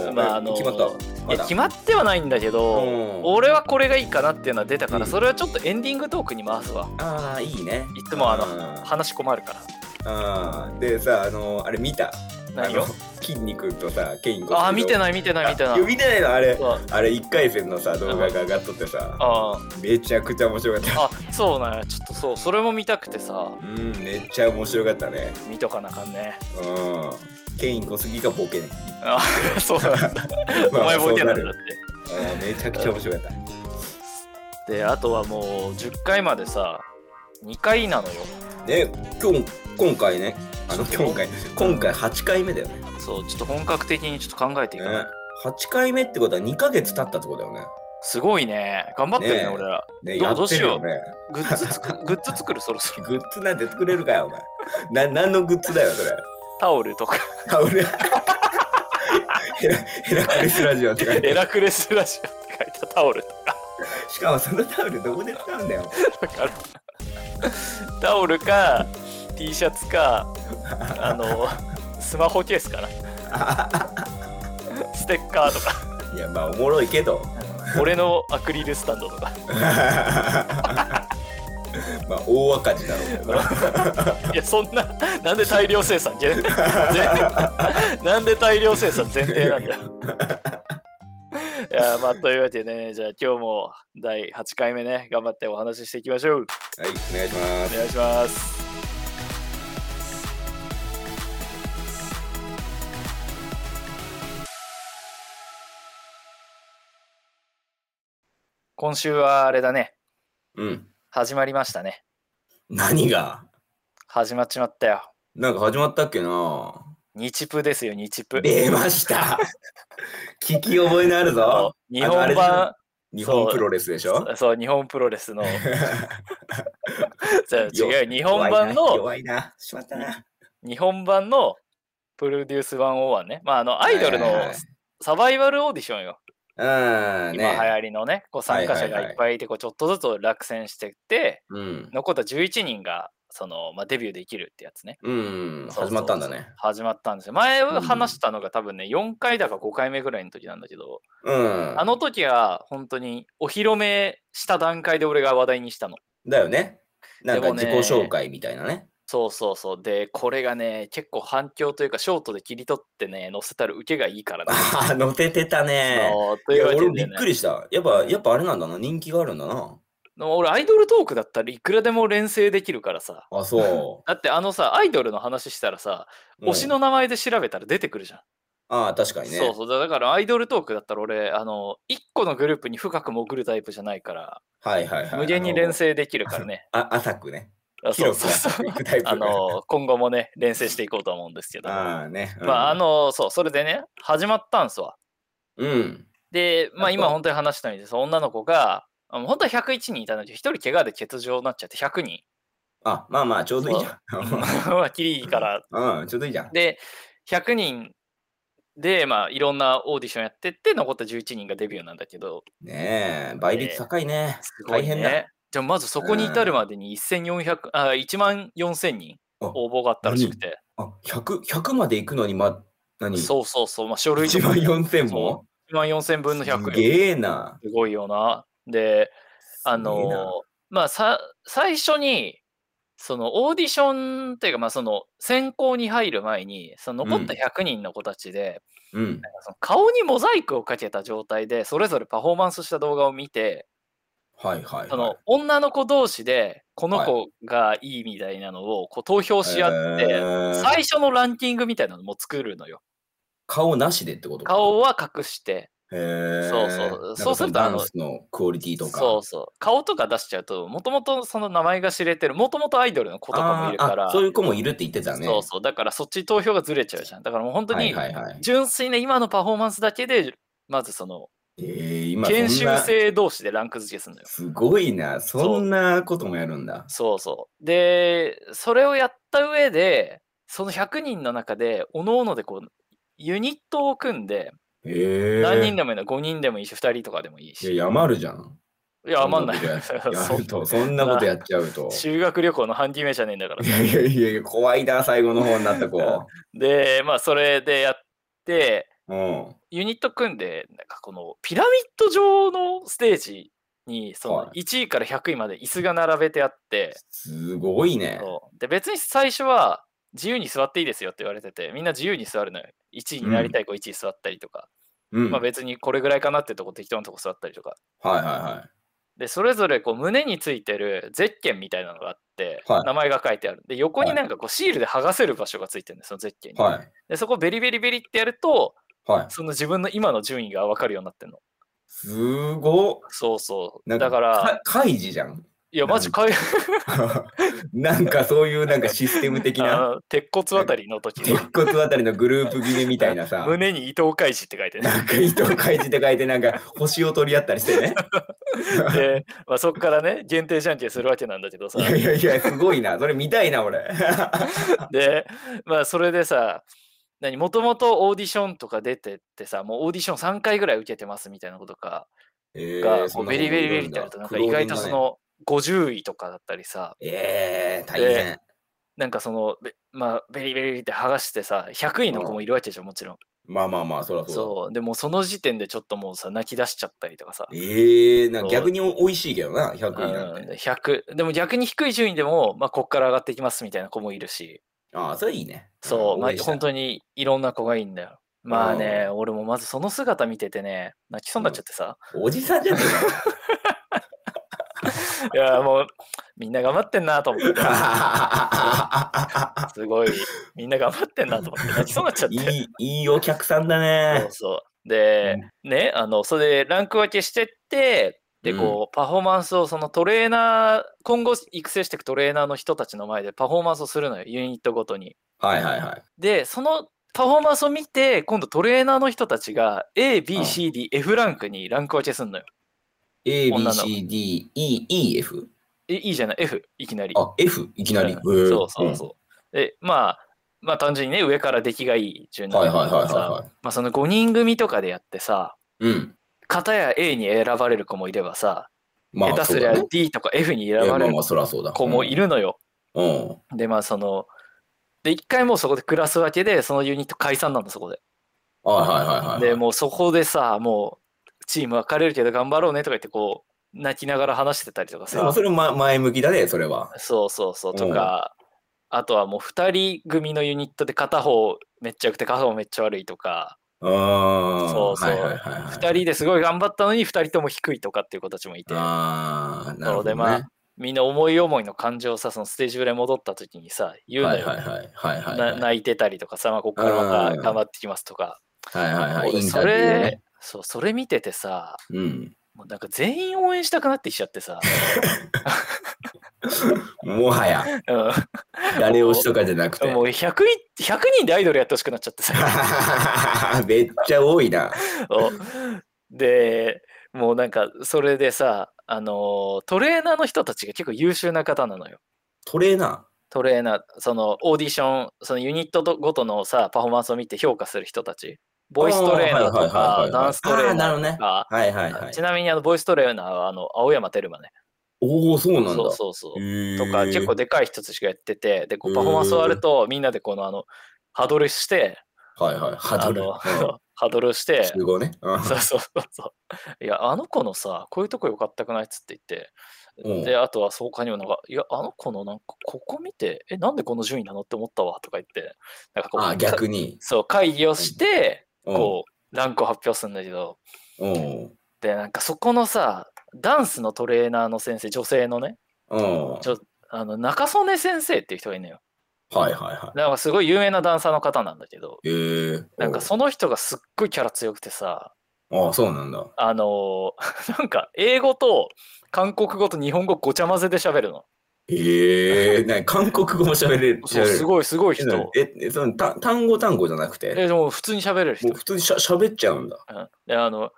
[SPEAKER 3] お、
[SPEAKER 2] まああの
[SPEAKER 3] 決まった
[SPEAKER 2] いや、決まってはないんだけど、
[SPEAKER 3] お
[SPEAKER 2] 俺はこれがいいかなっていうのは出たから、
[SPEAKER 3] うん
[SPEAKER 2] それはちょっとエンディングトークに回すわ。
[SPEAKER 3] ああいいね
[SPEAKER 2] いつもあの
[SPEAKER 3] うん
[SPEAKER 2] 話困るから。
[SPEAKER 3] うんでさあのあれ見たあ
[SPEAKER 2] 何
[SPEAKER 3] の
[SPEAKER 2] よ
[SPEAKER 3] 筋肉とさケイン
[SPEAKER 2] あー、見て
[SPEAKER 3] い
[SPEAKER 2] ない、見てない、見てない
[SPEAKER 3] や。見てないのあれ
[SPEAKER 2] そう
[SPEAKER 3] あれ1回戦のさ動画が上がっとってさ
[SPEAKER 2] あー
[SPEAKER 3] めちゃくちゃ面白かった
[SPEAKER 2] あそうなんやちょっとそうそれも見たくてさ
[SPEAKER 3] うんめっちゃ面白かったね
[SPEAKER 2] 見とかなあかんね
[SPEAKER 3] うんケイン小杉がボケね
[SPEAKER 2] あそうなんだ <laughs> お
[SPEAKER 3] まあ
[SPEAKER 2] 前ボケなん
[SPEAKER 3] そう
[SPEAKER 2] だっ
[SPEAKER 3] るうんめちゃくちゃ面白かった
[SPEAKER 2] てであとはもう10回までさ2回なのよ
[SPEAKER 3] で今日今回ねあの
[SPEAKER 2] そう
[SPEAKER 3] 今回今回8回目だよね
[SPEAKER 2] そうちょっと本格的にちょっと考えてい
[SPEAKER 3] ね
[SPEAKER 2] く、ね、
[SPEAKER 3] 8回目ってことは2ヶ月経ったってことだよね
[SPEAKER 2] すごいね頑張ってるね
[SPEAKER 3] ねえ
[SPEAKER 2] 俺ら
[SPEAKER 3] ね
[SPEAKER 2] どう
[SPEAKER 3] やってるよね
[SPEAKER 2] グッズ作るグッズ作るそろそろ
[SPEAKER 3] グッズなんて作れるかよお前な何のグッズだよそれ
[SPEAKER 2] タオルとか
[SPEAKER 3] タオルヘラヘラクレスラジオって書いて
[SPEAKER 2] エラクレスラジオって書いたタオルとか
[SPEAKER 3] しかもそのタオルどこで使うんだよ
[SPEAKER 2] わかるタオルか T シャツかあのスマホケースかなステッカーとか
[SPEAKER 3] いやまあおもろいけど
[SPEAKER 2] 俺のアクリルスタンドとか
[SPEAKER 3] まあ大赤字だろうけどない
[SPEAKER 2] やそんななんで大量生産じゃ <laughs> ねなんで大量生産前提なんだよいやまあというわけでねじゃあ今日も第8回目ね頑張ってお話ししていきましょう
[SPEAKER 3] はいお願いしま
[SPEAKER 2] お
[SPEAKER 3] す
[SPEAKER 2] 願いします今週はあれだね
[SPEAKER 3] うん
[SPEAKER 2] 始まりましたね
[SPEAKER 3] 何が
[SPEAKER 2] 始まっちまったよ
[SPEAKER 3] なんか始まったっけな
[SPEAKER 2] 日プですよ、日プ。
[SPEAKER 3] 出ました聞き覚えのあるぞ
[SPEAKER 2] 日本版
[SPEAKER 3] 日本プロレスでし <laughs> ょ
[SPEAKER 2] そう、日本プロレス
[SPEAKER 3] <laughs>
[SPEAKER 2] の。じゃあ違う、日
[SPEAKER 3] 日
[SPEAKER 2] 本版の、
[SPEAKER 3] 弱いな弱いなしまったな
[SPEAKER 2] 日本版のプロデュース101ね。まあ、あの、アイドルの
[SPEAKER 3] はいはいはい
[SPEAKER 2] サバイバルオーディションよ。
[SPEAKER 3] うん
[SPEAKER 2] 今流
[SPEAKER 3] ね
[SPEAKER 2] 行りのね、こう参加者がいっぱいいて、こうちょっとずつ落選してって、
[SPEAKER 3] うん
[SPEAKER 2] 残った11人が、その、まあ、デビューできるってやつね。
[SPEAKER 3] うん
[SPEAKER 2] そうそう
[SPEAKER 3] 始まったんだね
[SPEAKER 2] 始まったんですよ。前
[SPEAKER 3] うん
[SPEAKER 2] 話したのが多分ね、4回だか5回目ぐらいの時なんだけど、
[SPEAKER 3] うん
[SPEAKER 2] あの時は本当にお披露目した段階で俺が話題にしたの。
[SPEAKER 3] だよねなん
[SPEAKER 2] でも
[SPEAKER 3] か
[SPEAKER 2] ね
[SPEAKER 3] 自己紹介みたいなね <laughs>
[SPEAKER 2] そうそうそう。で、これがね、結構反響というか、ショートで切り取ってね、載せたら受けがいいからね。
[SPEAKER 3] <laughs> ああ乗せてたね
[SPEAKER 2] そうと
[SPEAKER 3] い
[SPEAKER 2] い
[SPEAKER 3] や
[SPEAKER 2] うわけ
[SPEAKER 3] 俺
[SPEAKER 2] で
[SPEAKER 3] もびっ
[SPEAKER 2] ね
[SPEAKER 3] くりしたやっぱやっぱあれなんだな人気があるんだな
[SPEAKER 2] でも俺、アイドルトークだったらいくらでも連成できるからさ。
[SPEAKER 3] あそ
[SPEAKER 2] だってあのさ、アイドルの話したらさ、
[SPEAKER 3] ううん
[SPEAKER 2] 推しの名前で調べたら出てくるじゃん。
[SPEAKER 3] ああ確かにね
[SPEAKER 2] そうそう。だからアイドルトークだったら俺、あの、一個のグループに深く潜るタイプじゃないから、
[SPEAKER 3] はいはいはい
[SPEAKER 2] 無限に
[SPEAKER 3] あの
[SPEAKER 2] 連成できるからね。
[SPEAKER 3] あ浅くね
[SPEAKER 2] <laughs> あそう
[SPEAKER 3] 広く
[SPEAKER 2] そうそう。
[SPEAKER 3] 行くタイプ
[SPEAKER 2] あの、今後もね、連成していこうと思うんですけど。
[SPEAKER 3] ああね、うん
[SPEAKER 2] まあ、あの、そう、それでね、始まったんすわ。
[SPEAKER 3] うん
[SPEAKER 2] で、まあ、
[SPEAKER 3] なるほど
[SPEAKER 2] 今本当に話したように、その女の子が、あの本当は101人いたんだけど、1人怪我で欠場になっちゃって100人。
[SPEAKER 3] <laughs> あまあまあちょうどいいじ
[SPEAKER 2] まあ、キリから。
[SPEAKER 3] ゃん <laughs> うんちょうどいいじゃん
[SPEAKER 2] で、100人で、まあ、いろんなオーディションやってって、残った11人がデビューなんだけど、
[SPEAKER 3] ねえ倍率高いね
[SPEAKER 2] すご
[SPEAKER 3] 大
[SPEAKER 2] い
[SPEAKER 3] 変だ
[SPEAKER 2] ね。じゃあまずそこに至るまでに1400、あ、1万4000人
[SPEAKER 3] あ
[SPEAKER 2] 応募があったらしくて。
[SPEAKER 3] あ 100, 100まで行くのにま何
[SPEAKER 2] そうそうそう、まあ、書類
[SPEAKER 3] 1
[SPEAKER 2] とか
[SPEAKER 3] 万4000
[SPEAKER 2] そ
[SPEAKER 3] も
[SPEAKER 2] 1万4000分の100
[SPEAKER 3] す
[SPEAKER 2] よ。
[SPEAKER 3] げえな
[SPEAKER 2] すごいよな。で、あ
[SPEAKER 3] すげえ
[SPEAKER 2] の
[SPEAKER 3] な、
[SPEAKER 2] まあさ、最初に、そのオーディションっていうか、まあ、その選考に入る前に、その残った
[SPEAKER 3] う
[SPEAKER 2] 100人の子たちで、
[SPEAKER 3] うん
[SPEAKER 2] なんかその顔にモザイクをかけた状態で、それぞれパフォーマンスした動画を見て、
[SPEAKER 3] はいはい
[SPEAKER 2] そ
[SPEAKER 3] は
[SPEAKER 2] の
[SPEAKER 3] い
[SPEAKER 2] 女の子同士で、この子がいいみたいなのをこう投票し合って、
[SPEAKER 3] えー
[SPEAKER 2] 最初のランキングみたいなのも作るのよ。
[SPEAKER 3] 顔なしでってことか
[SPEAKER 2] 顔は隠して、
[SPEAKER 3] へえ
[SPEAKER 2] そうそう
[SPEAKER 3] なんか
[SPEAKER 2] そうすると
[SPEAKER 3] の
[SPEAKER 2] あの
[SPEAKER 3] ダンスのクオリティとか
[SPEAKER 2] そうそう顔とか出しちゃうともともとその名前が知れてるもともとアイドルの子とかもいるか
[SPEAKER 3] あー
[SPEAKER 2] ら
[SPEAKER 3] あそういう子もいるって言ってたね
[SPEAKER 2] そうそうだからそっち投票がずれちゃうじゃんだからもう本当
[SPEAKER 3] は
[SPEAKER 2] に
[SPEAKER 3] いはいはい
[SPEAKER 2] 純粋な今のパフォーマンスだけでまずその
[SPEAKER 3] えー、今そんな
[SPEAKER 2] 研修生同士でランク付けするのよ
[SPEAKER 3] すごいなそんなこともやるんだ
[SPEAKER 2] そうそうでそれをやった上でその100人の中でおのおのでこうユニットを組んで
[SPEAKER 3] へえ
[SPEAKER 2] 何人でもいいの5人でもいいし2人とかでもいい
[SPEAKER 3] い
[SPEAKER 2] し
[SPEAKER 3] や山あるじゃん
[SPEAKER 2] いや、余んない。<laughs>
[SPEAKER 3] や
[SPEAKER 2] そ
[SPEAKER 3] ると、そんなことやっちゃうと。
[SPEAKER 2] 修学旅行の半決めじゃねえん <laughs> だから
[SPEAKER 3] い。やいやいやいや、怖いな、最後の方になった子。
[SPEAKER 2] で、まあ、それでやって、 <laughs>
[SPEAKER 3] うん。
[SPEAKER 2] ユニット組んで、なんかこのピラミッド状のステージに、そ
[SPEAKER 3] は
[SPEAKER 2] の1位から100位まで椅子が並べてあって、
[SPEAKER 3] すごいね。
[SPEAKER 2] そうで別に最初は自由に座っていいですよって言われててみんな自由に座るのよ1位になりたい子1位座ったりとか、
[SPEAKER 3] うん。
[SPEAKER 2] まあ
[SPEAKER 3] はい
[SPEAKER 2] 別にこれぐらいかなってとこ適当なとこ座ったりとか
[SPEAKER 3] はいは
[SPEAKER 2] でそれぞれこう胸についてるゼッケンみたいなのがあって、
[SPEAKER 3] はい
[SPEAKER 2] 名前が書いてあるで横に
[SPEAKER 3] はい
[SPEAKER 2] なんかこうシールで剥がせる場所がついてるんですそのゼッケンに、
[SPEAKER 3] い。はい。
[SPEAKER 2] でそこベリベリベリってやると
[SPEAKER 3] はい。
[SPEAKER 2] その自分の今の順位が分かるようになってるの
[SPEAKER 3] すご
[SPEAKER 2] そうそう
[SPEAKER 3] なん
[SPEAKER 2] だ
[SPEAKER 3] <laughs>
[SPEAKER 2] から
[SPEAKER 3] か開示じゃん。
[SPEAKER 2] いやマジかい
[SPEAKER 3] なんかそういうなんかシステム的
[SPEAKER 2] <laughs>
[SPEAKER 3] な
[SPEAKER 2] あの鉄骨あたりの時
[SPEAKER 3] 鉄
[SPEAKER 2] の
[SPEAKER 3] 骨あたりのグループ決めみたいな
[SPEAKER 2] <laughs>
[SPEAKER 3] さ、
[SPEAKER 2] 胸に伊藤開示って書いてる
[SPEAKER 3] なんか糸を開示って書いてなんか星を取り合ったりして
[SPEAKER 2] <laughs>
[SPEAKER 3] ね。 <laughs>
[SPEAKER 2] で、まあ、そこからね、限定じゃんけんするわけなんだけどさ
[SPEAKER 3] い。やいやいや、すごいな。それ見たい
[SPEAKER 2] <laughs>
[SPEAKER 3] な、俺。
[SPEAKER 2] で、まあ、それでさ、何もともとオーディションとか出てってさ、もうオーディション3回ぐらい受けてますみたいなことか
[SPEAKER 3] え
[SPEAKER 2] が、
[SPEAKER 3] ー
[SPEAKER 2] こうベリベリベリってやると、なんか意外とそ。の50位とかだったりさ、
[SPEAKER 3] そんなこといるんだえー、大
[SPEAKER 2] で
[SPEAKER 3] 変。
[SPEAKER 2] なんかその、べまあ、ベリベリベリって剥がしてさ、100位の子もいるわけじゃん、もちろん。
[SPEAKER 3] まあまあまあ、そらそうだ。
[SPEAKER 2] そう。でもうその時点でちょっともうさ、泣き出しちゃったりとかさ。
[SPEAKER 3] えー、なんか逆に美味しいけどな、100位なん
[SPEAKER 2] うん
[SPEAKER 3] て。
[SPEAKER 2] で100でも逆に低い順位でも、まあ、こっから上がってきますみたいな子もいるし、
[SPEAKER 3] ああ、それいいね。
[SPEAKER 2] そう、まあ、本
[SPEAKER 3] に。
[SPEAKER 2] 当にいろんな子がいいんだよ。まあね、俺もまずその姿見ててね、泣きそうになっちゃってさ、
[SPEAKER 3] おじさんじゃね
[SPEAKER 2] いや、もう、 <laughs> みんな頑張ってんなと思っ
[SPEAKER 3] え
[SPEAKER 2] て、 <laughs>
[SPEAKER 3] か。
[SPEAKER 2] すごい、みんな頑張ってんなと思 <laughs> って、泣きそうになっちゃっ
[SPEAKER 3] い
[SPEAKER 2] て。
[SPEAKER 3] い、いいお客さんだ
[SPEAKER 2] そう
[SPEAKER 3] ね。
[SPEAKER 2] そう。で、ね、あの、それでランク分けしてって、で、こう、パフォーマンスを、そのトレーナー、今後育成していくトレーナーの人たちの前でパフォーマンスをするのよ、ユニットごとに。
[SPEAKER 3] はいはいはい。
[SPEAKER 2] で、そのパフォーマンスを見て、今度トレーナーの人たちが A、
[SPEAKER 3] う
[SPEAKER 2] B、
[SPEAKER 3] ん
[SPEAKER 2] C、D、F ランクにランク分けするのよ。
[SPEAKER 3] A,
[SPEAKER 2] 女
[SPEAKER 3] B,
[SPEAKER 2] の
[SPEAKER 3] C, D, E, E, F?
[SPEAKER 2] えいいじゃない、F、いきなり。
[SPEAKER 3] あ、F? いきなり。へ
[SPEAKER 2] うん
[SPEAKER 3] ー
[SPEAKER 2] そうそうそう。で、まあ、まあ単純にね、上から出来がいい順
[SPEAKER 3] うん
[SPEAKER 2] なん
[SPEAKER 3] はい
[SPEAKER 2] だけ
[SPEAKER 3] はい
[SPEAKER 2] ど
[SPEAKER 3] はいはい
[SPEAKER 2] さ
[SPEAKER 3] は
[SPEAKER 2] まあその5人組とかでやってさ、
[SPEAKER 3] い。うん。
[SPEAKER 2] 片や A に選ばれる子もいればさ、
[SPEAKER 3] ま
[SPEAKER 2] 下手
[SPEAKER 3] あ、そ
[SPEAKER 2] す
[SPEAKER 3] う
[SPEAKER 2] り
[SPEAKER 3] だ
[SPEAKER 2] ゃ
[SPEAKER 3] ね。
[SPEAKER 2] D とか F に
[SPEAKER 3] い
[SPEAKER 2] 選
[SPEAKER 3] や
[SPEAKER 2] ば
[SPEAKER 3] ま
[SPEAKER 2] れ
[SPEAKER 3] あ
[SPEAKER 2] る
[SPEAKER 3] まあ、そらそうだ。
[SPEAKER 2] 子もい
[SPEAKER 3] る。
[SPEAKER 2] るのよ。
[SPEAKER 3] うん。
[SPEAKER 2] で、まあその、で、一回もうそこで暮らすわけで、そのユニット解散なの、そこで。
[SPEAKER 3] はいはいはいはい。
[SPEAKER 2] で、もうそこでさ、もう、チーム分かれるけど頑張ろうねとか言って、こう、泣きながら話してたりとか
[SPEAKER 3] でも
[SPEAKER 2] さ
[SPEAKER 3] そ、れま前向きだね、それは。
[SPEAKER 2] そうそうそう、と
[SPEAKER 3] うん
[SPEAKER 2] か、あとはもう2人組のユニットで片方めっちゃ良くて片方めっちゃ悪いとか、
[SPEAKER 3] うん。
[SPEAKER 2] そうそう
[SPEAKER 3] はいはいはいはい。
[SPEAKER 2] 2人ですごい頑張ったのに2人とも低いとかっていう子たちもいて、
[SPEAKER 3] ああ、なるほ
[SPEAKER 2] なの
[SPEAKER 3] ど、
[SPEAKER 2] で
[SPEAKER 3] ね。
[SPEAKER 2] まあみんな思い思いの感情をさ、そのステージ裏に戻った時にさ、言うの
[SPEAKER 3] はい
[SPEAKER 2] よ。
[SPEAKER 3] はいはい。はいはい
[SPEAKER 2] な
[SPEAKER 3] はい。
[SPEAKER 2] 泣いてたりとかさ、まあ、ここからまた頑張ってきますとか。
[SPEAKER 3] はいはいはい。
[SPEAKER 2] 俺
[SPEAKER 3] イン
[SPEAKER 2] そ
[SPEAKER 3] タビュー
[SPEAKER 2] れ
[SPEAKER 3] ね。、
[SPEAKER 2] そう、それ見ててさ、
[SPEAKER 3] うん。
[SPEAKER 2] もうなんか全員応援したくなってきちゃって
[SPEAKER 3] <laughs>
[SPEAKER 2] さ、
[SPEAKER 3] もはや、
[SPEAKER 2] うん
[SPEAKER 3] 誰推しとかじゃなくて。
[SPEAKER 2] もう100人 ,100 人でアイドルやってほしくなっちゃってさ。
[SPEAKER 3] <laughs> めっちゃ多いな。
[SPEAKER 2] おでもうなんかそれでさあのートレーナーの人たちが結構優秀な方なのよ
[SPEAKER 3] トレーナ
[SPEAKER 2] トレーナーそのオーディションそのユニットごとのさパフォーマンスを見て評価する人たちボイストレーナーと
[SPEAKER 3] あ
[SPEAKER 2] か
[SPEAKER 3] ーはいはいはいはいはい
[SPEAKER 2] ダンストレーナーとか
[SPEAKER 3] ー。はいはいはい
[SPEAKER 2] ち。なみにあのボイストレーナーはあの青山テルマね
[SPEAKER 3] おお、そうなんだ。
[SPEAKER 2] そうそうそう、
[SPEAKER 3] へー
[SPEAKER 2] とか結構でかい人たちがやっててでこう
[SPEAKER 3] へー
[SPEAKER 2] パフォーマンス終わるとみんなでこのあのハドルして
[SPEAKER 3] はいはい。ハドル。
[SPEAKER 2] あの
[SPEAKER 3] うん
[SPEAKER 2] <laughs> ハドルして
[SPEAKER 3] 集合ね。 <laughs> うん
[SPEAKER 2] そうそうそうそう。いや、あの子のさ、こういうとこ良かったくないっつって言っ
[SPEAKER 3] うん
[SPEAKER 2] て、で、あとはそうかにもなんか、いや、あの子のなんか、ここ見て、え、なんでこの順位なのって思ったわとか言って、なんかこう、
[SPEAKER 3] あ、
[SPEAKER 2] か
[SPEAKER 3] 逆に。
[SPEAKER 2] そう、会議をして、
[SPEAKER 3] うん
[SPEAKER 2] こう、ランクを発表するんだけど、
[SPEAKER 3] うん。
[SPEAKER 2] で、なんかそこのさ、ダンスのトレーナーの先生、女性のね、
[SPEAKER 3] うん。はい
[SPEAKER 2] ちょあの中曽根先生っていう人がいるのよ。
[SPEAKER 3] はいは
[SPEAKER 2] なんかすごい有名なダンサーの方なんだけど、
[SPEAKER 3] い。へえ。
[SPEAKER 2] なんかその人がすっごいキャラ強くてさ、
[SPEAKER 3] うん。ああ、そうなんだ。
[SPEAKER 2] あのー <laughs> なんか英語と韓国語と日本語ごちゃ混ぜで喋るの。 <laughs>
[SPEAKER 3] ええなに韓国語も喋れる。
[SPEAKER 2] そうすごいすごい
[SPEAKER 3] 喋れる
[SPEAKER 2] 人。
[SPEAKER 3] え、えそのた単語単語じゃなくて、
[SPEAKER 2] えでも普通に喋れる人
[SPEAKER 3] もう。普通にしゃ喋っちゃうんだ。
[SPEAKER 2] うんであの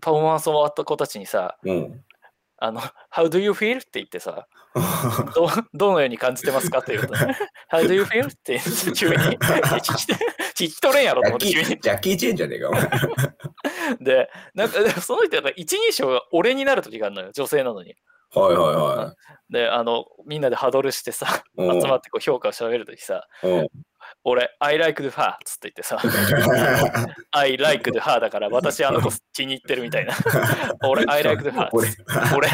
[SPEAKER 2] パフォーマンス終わった子たちにさ <laughs>
[SPEAKER 3] うん。
[SPEAKER 2] 「あの How do you feel?」って言ってさど「どのように感じてますか?」って言うと <laughs> 「How do you feel?」って <laughs> 急に聞き聞き取れんやろと思
[SPEAKER 3] ジ
[SPEAKER 2] っ
[SPEAKER 3] ャ
[SPEAKER 2] て急
[SPEAKER 3] キージ
[SPEAKER 2] に
[SPEAKER 3] ャッキー・チェンじゃねえか、お前
[SPEAKER 2] で、なんか、でもその人が一人称が俺になる時があるのよ、女性なのに。
[SPEAKER 3] はいは
[SPEAKER 2] で、あの、みんなでハドルしてさ、
[SPEAKER 3] いはい。
[SPEAKER 2] 集まってこう評価をしゃべる時さ、
[SPEAKER 3] うんうん
[SPEAKER 2] 俺、I like the her つって言ってさ、I like the her だから私あの子気に入ってるみたいな。 <laughs> 俺、I like the her
[SPEAKER 3] 俺、
[SPEAKER 2] 俺、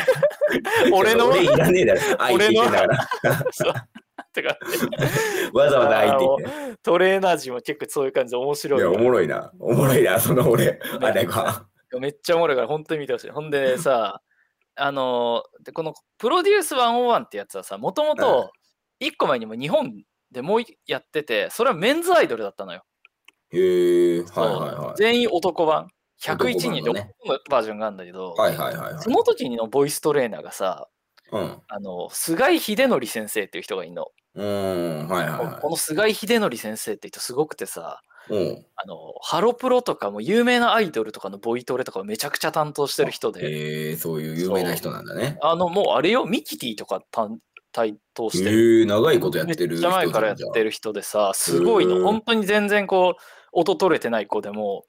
[SPEAKER 2] <laughs> 俺の、
[SPEAKER 3] 俺いらねえだ
[SPEAKER 2] <laughs>
[SPEAKER 3] ろ。相手
[SPEAKER 2] 俺
[SPEAKER 3] 言
[SPEAKER 2] の
[SPEAKER 3] ってんだから。
[SPEAKER 2] そうてか
[SPEAKER 3] わざわざ相手言っ
[SPEAKER 2] トレーナー陣も結構そういう感じで面
[SPEAKER 3] て。
[SPEAKER 2] 白
[SPEAKER 3] い
[SPEAKER 2] い
[SPEAKER 3] や、おもろいな。おもろいな、その俺、あれが。
[SPEAKER 2] めっちゃおもろいから本当に見てほしい。ほんでねさ、あので、このプロデュース101ってやつはさ、もともと1個前にも日本でもういやってて、それはメンズアイドルだったのよ。
[SPEAKER 3] へえ、はい
[SPEAKER 2] そう
[SPEAKER 3] はいはい。
[SPEAKER 2] 全員男版。101人で男
[SPEAKER 3] 男版のね
[SPEAKER 2] のバージョンがあるんだけど、
[SPEAKER 3] はいはいはいはい
[SPEAKER 2] そ。の時のボイストレーナーがさ、
[SPEAKER 3] うん。
[SPEAKER 2] あの菅井秀則先生っていう人がいるの。
[SPEAKER 3] うーん、はいはいは
[SPEAKER 2] この菅井秀則先生って人すごくてさ、
[SPEAKER 3] い。うん。
[SPEAKER 2] あのハロプロとかも有名なアイドルとかのボイトレとかをめちゃくちゃ担当してる人で、
[SPEAKER 3] へえ、そういう有名な人なんだね。
[SPEAKER 2] あのもうあれよ、ミキティとか担担当してる。
[SPEAKER 3] へえ、長いことやっ
[SPEAKER 2] めって
[SPEAKER 3] る人
[SPEAKER 2] ち
[SPEAKER 3] じゃ
[SPEAKER 2] ゃ
[SPEAKER 3] ん。
[SPEAKER 2] 前からやってる人でさ、すごい
[SPEAKER 3] へ
[SPEAKER 2] の。
[SPEAKER 3] ー
[SPEAKER 2] 本当に全然こう、音取れてない子でも、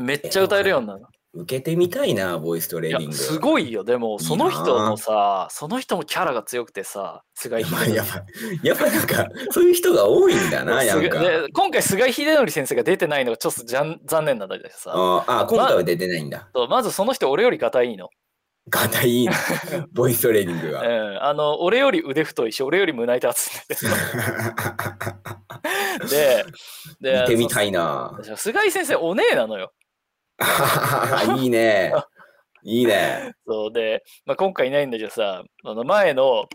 [SPEAKER 2] めっちゃ歌えるようになる。
[SPEAKER 3] 受けてみたいな、ボイストレー
[SPEAKER 2] い
[SPEAKER 3] ニ
[SPEAKER 2] や、
[SPEAKER 3] ング。
[SPEAKER 2] すごいよ。でも、
[SPEAKER 3] いい
[SPEAKER 2] その人のさ、その人もキャラが強くてさ、菅井
[SPEAKER 3] や
[SPEAKER 2] 秀
[SPEAKER 3] ば
[SPEAKER 2] 則
[SPEAKER 3] いやばい。やばい、なんか、そういう人が多いんだな、や
[SPEAKER 2] <laughs> す
[SPEAKER 3] ん
[SPEAKER 2] ご
[SPEAKER 3] か
[SPEAKER 2] い。で今回、菅井秀則先生が出てないのがちょっとじゃん残念なんだけどさ、
[SPEAKER 3] あーあ、今回は出てないんだ。
[SPEAKER 2] そうまずその人、俺よりがたいいの。
[SPEAKER 3] ガタイいいな、ボイストレーニング
[SPEAKER 2] う <laughs>
[SPEAKER 3] が。
[SPEAKER 2] ん、あの俺より腕太いし、俺より胸板厚いん
[SPEAKER 3] <laughs>
[SPEAKER 2] で、で
[SPEAKER 3] 見てみたいな。
[SPEAKER 2] そう菅井先生、お姉なのよ。
[SPEAKER 3] いいね。い
[SPEAKER 2] <laughs>
[SPEAKER 3] いね。
[SPEAKER 2] そうで、まあ、今回いないんだけどさ、あの前の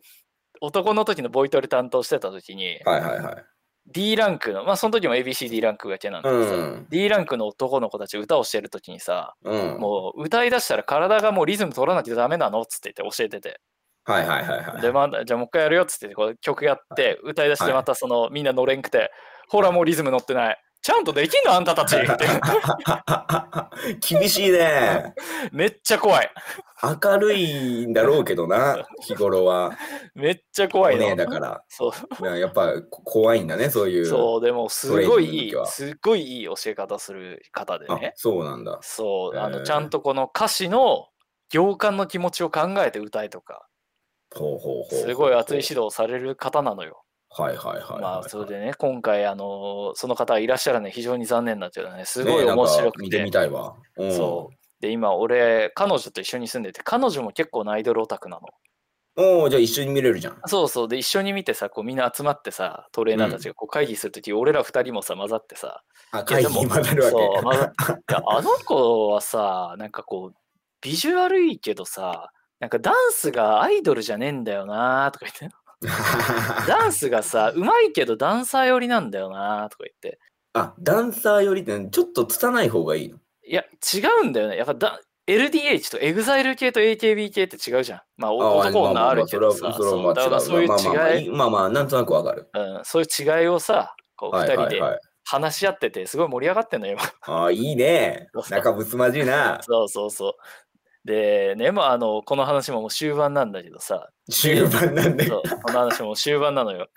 [SPEAKER 2] 男の時のボイトレ担当してた時に、
[SPEAKER 3] はいはいはい。
[SPEAKER 2] D ランクの、まあその時も ABCD ランクがけなんだ
[SPEAKER 3] う
[SPEAKER 2] けどさ、
[SPEAKER 3] ん。
[SPEAKER 2] D ランクの男の子たち歌をしてる時にさ、
[SPEAKER 3] うん。
[SPEAKER 2] もう歌い出したら体がもうリズム取らなきゃダメなのっつって言って教えてて、
[SPEAKER 3] はいはいはい <laughs> はい。
[SPEAKER 2] で、まあ、じゃあもう一回やるよっつってこう曲やって、歌い出してまたその、みんな乗れんくて、ほらもうリズム乗ってない。ちゃんとできんのあんたたちって
[SPEAKER 3] 厳しいね。
[SPEAKER 2] <laughs> めっちゃ怖い。
[SPEAKER 3] 明るいんだろうけどな、日頃は。
[SPEAKER 2] めっちゃ怖い
[SPEAKER 3] お姉
[SPEAKER 2] の。
[SPEAKER 3] だから。
[SPEAKER 2] そう
[SPEAKER 3] なやっぱこ怖いんだね、そういう。
[SPEAKER 2] そう、でもすごいいい
[SPEAKER 3] トレーニングの時は、
[SPEAKER 2] すっごいいい教え方する方で
[SPEAKER 3] あ
[SPEAKER 2] ね、
[SPEAKER 3] そうなんだ。
[SPEAKER 2] そう、あ
[SPEAKER 3] へ
[SPEAKER 2] の
[SPEAKER 3] ー
[SPEAKER 2] ちゃんとこの歌詞の行間の気持ちを考えて歌いとか、
[SPEAKER 3] ほうほうほう。
[SPEAKER 2] すごい熱い指導をされる方なのよ。
[SPEAKER 3] はいはいはいはい。
[SPEAKER 2] まあ、それでね、今回、あのその方がいらっしゃらない、非常に残念なんだけどね、すごい
[SPEAKER 3] ねなんか
[SPEAKER 2] 面白く
[SPEAKER 3] 見
[SPEAKER 2] て。
[SPEAKER 3] てみたいわ。うん
[SPEAKER 2] そうで、今、俺、彼女と一緒に住んでて、彼女も結構アイドルオタクなの。
[SPEAKER 3] おお、じゃあ一緒に見れるじゃん。
[SPEAKER 2] そうそう、で、一緒に見てさ、こうみんな集まってさ、トレーナーたちがこう会議するとき、俺ら二人もさ、混ざってさ、
[SPEAKER 3] あ、
[SPEAKER 2] いや
[SPEAKER 3] 会議に混ざるわけ。
[SPEAKER 2] そう混ざってあの子はさ、なんかこう、ビジュアルいいけどさ、なんかダンスがアイドルじゃねえんだよなとか言って、ダンスがさ、うまいけどダンサー寄りなんだよなとか言って、
[SPEAKER 3] <laughs> あ、ダンサーよりってちょっと拙い方がいいの。
[SPEAKER 2] いや、違うんだよね。やっぱだ LDH と EXILE 系と AKB 系って違うじゃん。まあ、お
[SPEAKER 3] あー
[SPEAKER 2] 男女あるけど
[SPEAKER 3] まあ
[SPEAKER 2] さ、
[SPEAKER 3] まあそれは
[SPEAKER 2] そうだから
[SPEAKER 3] そ
[SPEAKER 2] そう
[SPEAKER 3] れ
[SPEAKER 2] い
[SPEAKER 3] はまあ違う。まあまあ
[SPEAKER 2] う違い、
[SPEAKER 3] まあまあ、なんとなくわかる。
[SPEAKER 2] うん、そういう違いをさ、こう二
[SPEAKER 3] はい
[SPEAKER 2] 人
[SPEAKER 3] はい
[SPEAKER 2] で
[SPEAKER 3] はい。
[SPEAKER 2] 話し合ってて、すごい盛り上がってんのよ、今
[SPEAKER 3] <laughs> ああ、いいね。仲睦まじいな。
[SPEAKER 2] そうそうそう。で、ね、まあ、あの、この話ももう終盤なんだけどさ、
[SPEAKER 3] 終盤なんで、
[SPEAKER 2] そう
[SPEAKER 3] <laughs>
[SPEAKER 2] この話も終盤なのよ。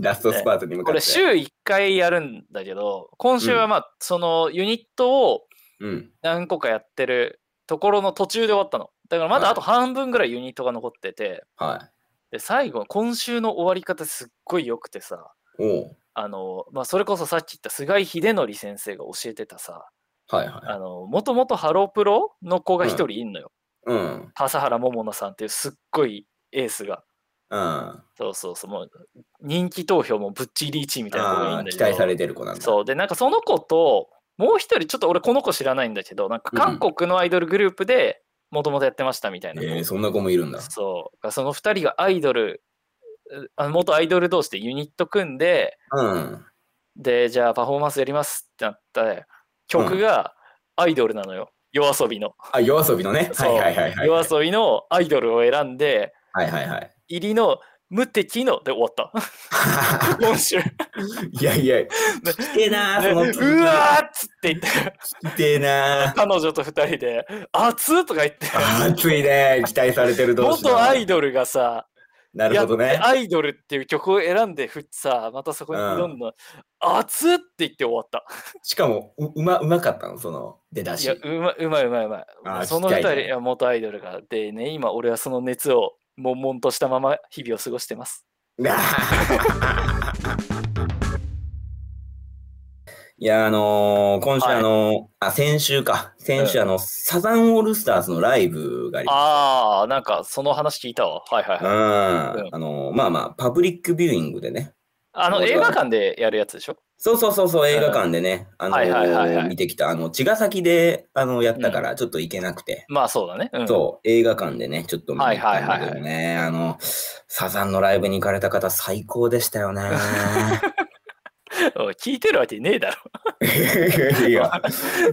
[SPEAKER 3] ラストスパートに向か
[SPEAKER 2] これ、
[SPEAKER 3] って。
[SPEAKER 2] 週1回やるんだけど、今週はまあ、そのユニットを
[SPEAKER 3] うん。
[SPEAKER 2] 何個かやってるところの途中で終わったの。だからまだ
[SPEAKER 3] はい
[SPEAKER 2] あと半分ぐらいユニットが残ってて、
[SPEAKER 3] はい。
[SPEAKER 2] で、最後、今週の終わり方すっごい良くてさ、
[SPEAKER 3] おう
[SPEAKER 2] あの、まあ、それこそさっき言った菅井秀則先生が教えてたさ、
[SPEAKER 3] はいはい。
[SPEAKER 2] あの、もともとハロプロの子が一人いんのよ。
[SPEAKER 3] うん。
[SPEAKER 2] 笠原桃奈さんっていうすっごいエースが。
[SPEAKER 3] うん。あ
[SPEAKER 2] そうそうそう、もう人気投票もぶっちり1位みたいな子がいい
[SPEAKER 3] あ
[SPEAKER 2] ん
[SPEAKER 3] ー、
[SPEAKER 2] だけ
[SPEAKER 3] 期
[SPEAKER 2] ど、
[SPEAKER 3] 待されてる子なんだ。
[SPEAKER 2] そうで、なんかその子と、もう一人、ちょっと俺この子知らないんだけど、なんか韓国のアイドルグループでもともとやってましたみたいな子、
[SPEAKER 3] えー、そんな子もいるんだ。
[SPEAKER 2] そうがその2人がアイドル、うあ元アイドル同士でユニット組んで、
[SPEAKER 3] うん。
[SPEAKER 2] で、じゃあパフォーマンスやりますってなった曲がアイドルなのよ、夜遊びの。
[SPEAKER 3] あ、夜遊びのね。はい
[SPEAKER 2] そう
[SPEAKER 3] はいはいはい。
[SPEAKER 2] 夜遊びのアイドルを選んで、
[SPEAKER 3] はいはいはい。 <laughs>
[SPEAKER 2] 入りの無敵ので終わった。今週。
[SPEAKER 3] いやいや、来てえな
[SPEAKER 2] でう
[SPEAKER 3] ー、そ
[SPEAKER 2] わ
[SPEAKER 3] の続き
[SPEAKER 2] ーっつって言って、
[SPEAKER 3] 来てえなー。
[SPEAKER 2] 彼女と二人で、熱っとか言って、
[SPEAKER 3] あー熱いね、期待されてる同士の
[SPEAKER 2] 元アイドルがさ、
[SPEAKER 3] なるほど
[SPEAKER 2] やっ
[SPEAKER 3] ね
[SPEAKER 2] て。アイドルっていう曲を選んでふさまたそこに挑んだ、熱っって言って終わった
[SPEAKER 3] しかもううまうまかったのその出だ
[SPEAKER 2] い
[SPEAKER 3] し
[SPEAKER 2] や。うまいうまいうまいうまい
[SPEAKER 3] あー
[SPEAKER 2] その
[SPEAKER 3] 聞
[SPEAKER 2] 二
[SPEAKER 3] きた
[SPEAKER 2] 人
[SPEAKER 3] いね
[SPEAKER 2] いや元アイドルがでね今俺はその熱を悶々としたまま日々を過ごしてます
[SPEAKER 3] <laughs> いや、あのー今週、
[SPEAKER 2] はい
[SPEAKER 3] あのーあ、先週か。先週、あの、サザンオールスターズのライブがありまし
[SPEAKER 2] ああなんかその話聞いたわはいはい
[SPEAKER 3] た。う
[SPEAKER 2] はい
[SPEAKER 3] ん。あのーまあまあ、パブリックビューイングでね。
[SPEAKER 2] あの
[SPEAKER 3] そうだ
[SPEAKER 2] 映画館でやるやつでしょ
[SPEAKER 3] そうそうそうそう、映画館でね、あのー
[SPEAKER 2] はいはいはいはい
[SPEAKER 3] 見てきた、あの、茅ヶ崎で、あの、やったから、ちょっと行けなくて。
[SPEAKER 2] まあそうだねうん
[SPEAKER 3] そう、映画館でね、ちょっと見に行ったんだけど
[SPEAKER 2] はい
[SPEAKER 3] ね、あの、サザンのライブに行かれた方、最高でした
[SPEAKER 2] <laughs>
[SPEAKER 3] よね。
[SPEAKER 2] おい聞いてるわけねえだろ
[SPEAKER 3] いや、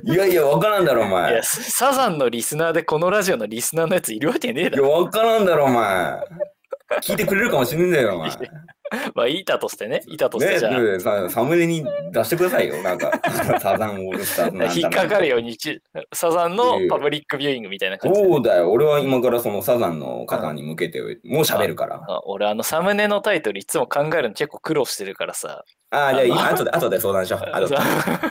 [SPEAKER 3] いやいや、わからんだろ、お前。
[SPEAKER 2] いやサザンのリスナーでこのラジオのリスナーのやついるわけねえだ
[SPEAKER 3] いや、
[SPEAKER 2] ろ
[SPEAKER 3] わからんだろ、お前。聞いてくれるかもしれんだよ、お前。
[SPEAKER 2] まあいたとしてねいたとして
[SPEAKER 3] ね
[SPEAKER 2] じゃあ、
[SPEAKER 3] えさサムネに出してくださいよ、なんか、 <laughs> サザンオールスターズなんたら
[SPEAKER 2] 引っかかるようにちサザンの
[SPEAKER 3] いやいや
[SPEAKER 2] パブリックビューイングみたいな感じで
[SPEAKER 3] そうだよ、俺は今からそのサザンの方に向けて、もう喋るから。
[SPEAKER 2] あ俺あのサムネのタイトルいつも考えるの結構苦労してるからさ
[SPEAKER 3] ああ、じゃあ、
[SPEAKER 2] あ
[SPEAKER 3] 後で、後で相談
[SPEAKER 2] <laughs>
[SPEAKER 3] しよう。後で
[SPEAKER 2] そう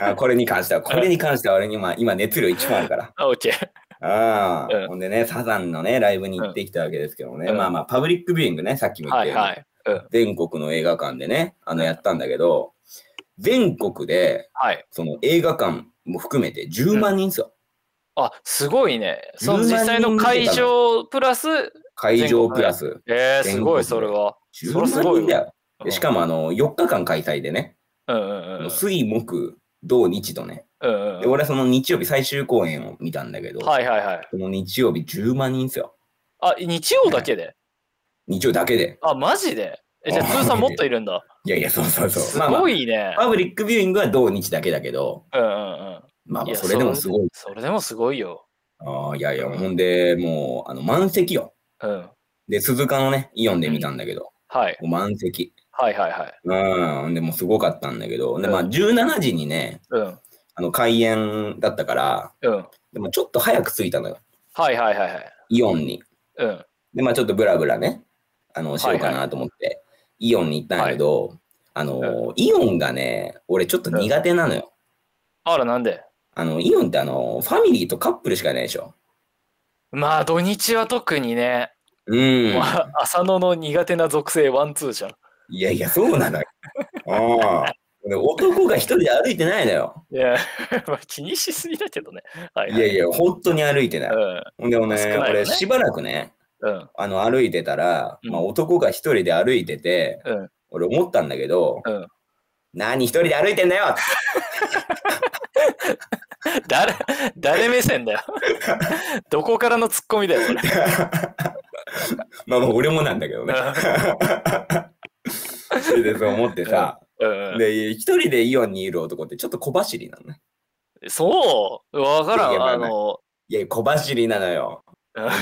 [SPEAKER 3] あこれに関しては、これに関しては俺に今、今熱量一番あるから。
[SPEAKER 2] あオッケ
[SPEAKER 3] <laughs>
[SPEAKER 2] ー
[SPEAKER 3] ああ、
[SPEAKER 2] うん
[SPEAKER 3] ほんでね、サザンのね、ライブに行ってきたわけですけどね、
[SPEAKER 2] うん
[SPEAKER 3] まあまあ、パブリックビューイングね、さっきも言っ
[SPEAKER 2] は
[SPEAKER 3] た
[SPEAKER 2] い
[SPEAKER 3] ように
[SPEAKER 2] はいうん
[SPEAKER 3] 全国の映画館でね、あの、やったんだけど、全国で、
[SPEAKER 2] はい
[SPEAKER 3] その映画館も含めて10万人ですよ。
[SPEAKER 2] あすごいねその
[SPEAKER 3] 10万人
[SPEAKER 2] 実際の会場プラス
[SPEAKER 3] 会場プラス
[SPEAKER 2] えー、すごい
[SPEAKER 3] 全
[SPEAKER 2] そ
[SPEAKER 3] 国
[SPEAKER 2] れは
[SPEAKER 3] 10
[SPEAKER 2] そりゃすごい
[SPEAKER 3] 万人だよ。
[SPEAKER 2] うん
[SPEAKER 3] でしかもあの4日間開催でね、
[SPEAKER 2] うんうんうん
[SPEAKER 3] 水、木、土、日とね、
[SPEAKER 2] うん
[SPEAKER 3] で
[SPEAKER 2] うん
[SPEAKER 3] 俺はその日曜日最終公演を見たんだけど、
[SPEAKER 2] はいはいはい
[SPEAKER 3] その日曜日10万人ですよ。
[SPEAKER 2] あ日曜だけで
[SPEAKER 3] 日曜だけで。
[SPEAKER 2] あマジでえじゃあ通算もっといるんだ
[SPEAKER 3] いやいや、そうそうそう。
[SPEAKER 2] す
[SPEAKER 3] まあまあ
[SPEAKER 2] ごいね
[SPEAKER 3] パブリックビューイングは同日だけだけど、
[SPEAKER 2] うんうんうん
[SPEAKER 3] まあ
[SPEAKER 2] い
[SPEAKER 3] まあ
[SPEAKER 2] や
[SPEAKER 3] それでもすごい。
[SPEAKER 2] それでもすごいよ
[SPEAKER 3] ああいやいや、ほんで、もう、あの、満席よ。
[SPEAKER 2] うん
[SPEAKER 3] で、鈴鹿のね、イオンで見たんだけど、
[SPEAKER 2] はい
[SPEAKER 3] もう満席。
[SPEAKER 2] はいはいはい
[SPEAKER 3] うん、でもうすごかったんだけど、で、まあ
[SPEAKER 2] うん
[SPEAKER 3] 17時にね、
[SPEAKER 2] うん
[SPEAKER 3] あの、開演だったから、
[SPEAKER 2] うん
[SPEAKER 3] でもちょっと早く着いたのよ、
[SPEAKER 2] はいはいはいはい
[SPEAKER 3] イオンに。
[SPEAKER 2] うん
[SPEAKER 3] で、まあちょっとブラブラね、あの、しようか
[SPEAKER 2] はいは
[SPEAKER 3] なと思って、イオンに行ったんだけど、あのー、イオンがね、俺ちょっと苦手なのよ。
[SPEAKER 2] あらなんで
[SPEAKER 3] あの、イオンってあの、ファミリーとカップルしかいないでしょ。
[SPEAKER 2] まあ土日は特にね、
[SPEAKER 3] うん。
[SPEAKER 2] まあ浅野の苦手な属性ワンツーじゃん。
[SPEAKER 3] いやいや、そうなのよ。ああ。で男が一人で歩いてないのよ。
[SPEAKER 2] いや、 <laughs> まあ、気にしすぎだけどね。はい、
[SPEAKER 3] いやいや、本当に歩いてない。ほんでもね、
[SPEAKER 2] 少ないよね
[SPEAKER 3] 俺しばらくね、
[SPEAKER 2] うんうん
[SPEAKER 3] あの歩いてたら、
[SPEAKER 2] うん
[SPEAKER 3] まあ男が一人で歩いてて、
[SPEAKER 2] うん
[SPEAKER 3] 俺思ったんだけど、
[SPEAKER 2] うん。
[SPEAKER 3] 何一人で歩いてんだよって
[SPEAKER 2] 誰、誰目線
[SPEAKER 3] <laughs>
[SPEAKER 2] だよ。どこからのツッコミだよ、これ。
[SPEAKER 3] まあまあ俺もなんだけどね。 <laughs> それでそう思ってさ、
[SPEAKER 2] <laughs> うんうん、
[SPEAKER 3] で一人でイオンにいる男ってちょっと小走りなのね。
[SPEAKER 2] そうわから
[SPEAKER 3] いや
[SPEAKER 2] ん。
[SPEAKER 3] ま
[SPEAKER 2] あ
[SPEAKER 3] あまあ
[SPEAKER 2] の、
[SPEAKER 3] いや小走りなのよ
[SPEAKER 2] う。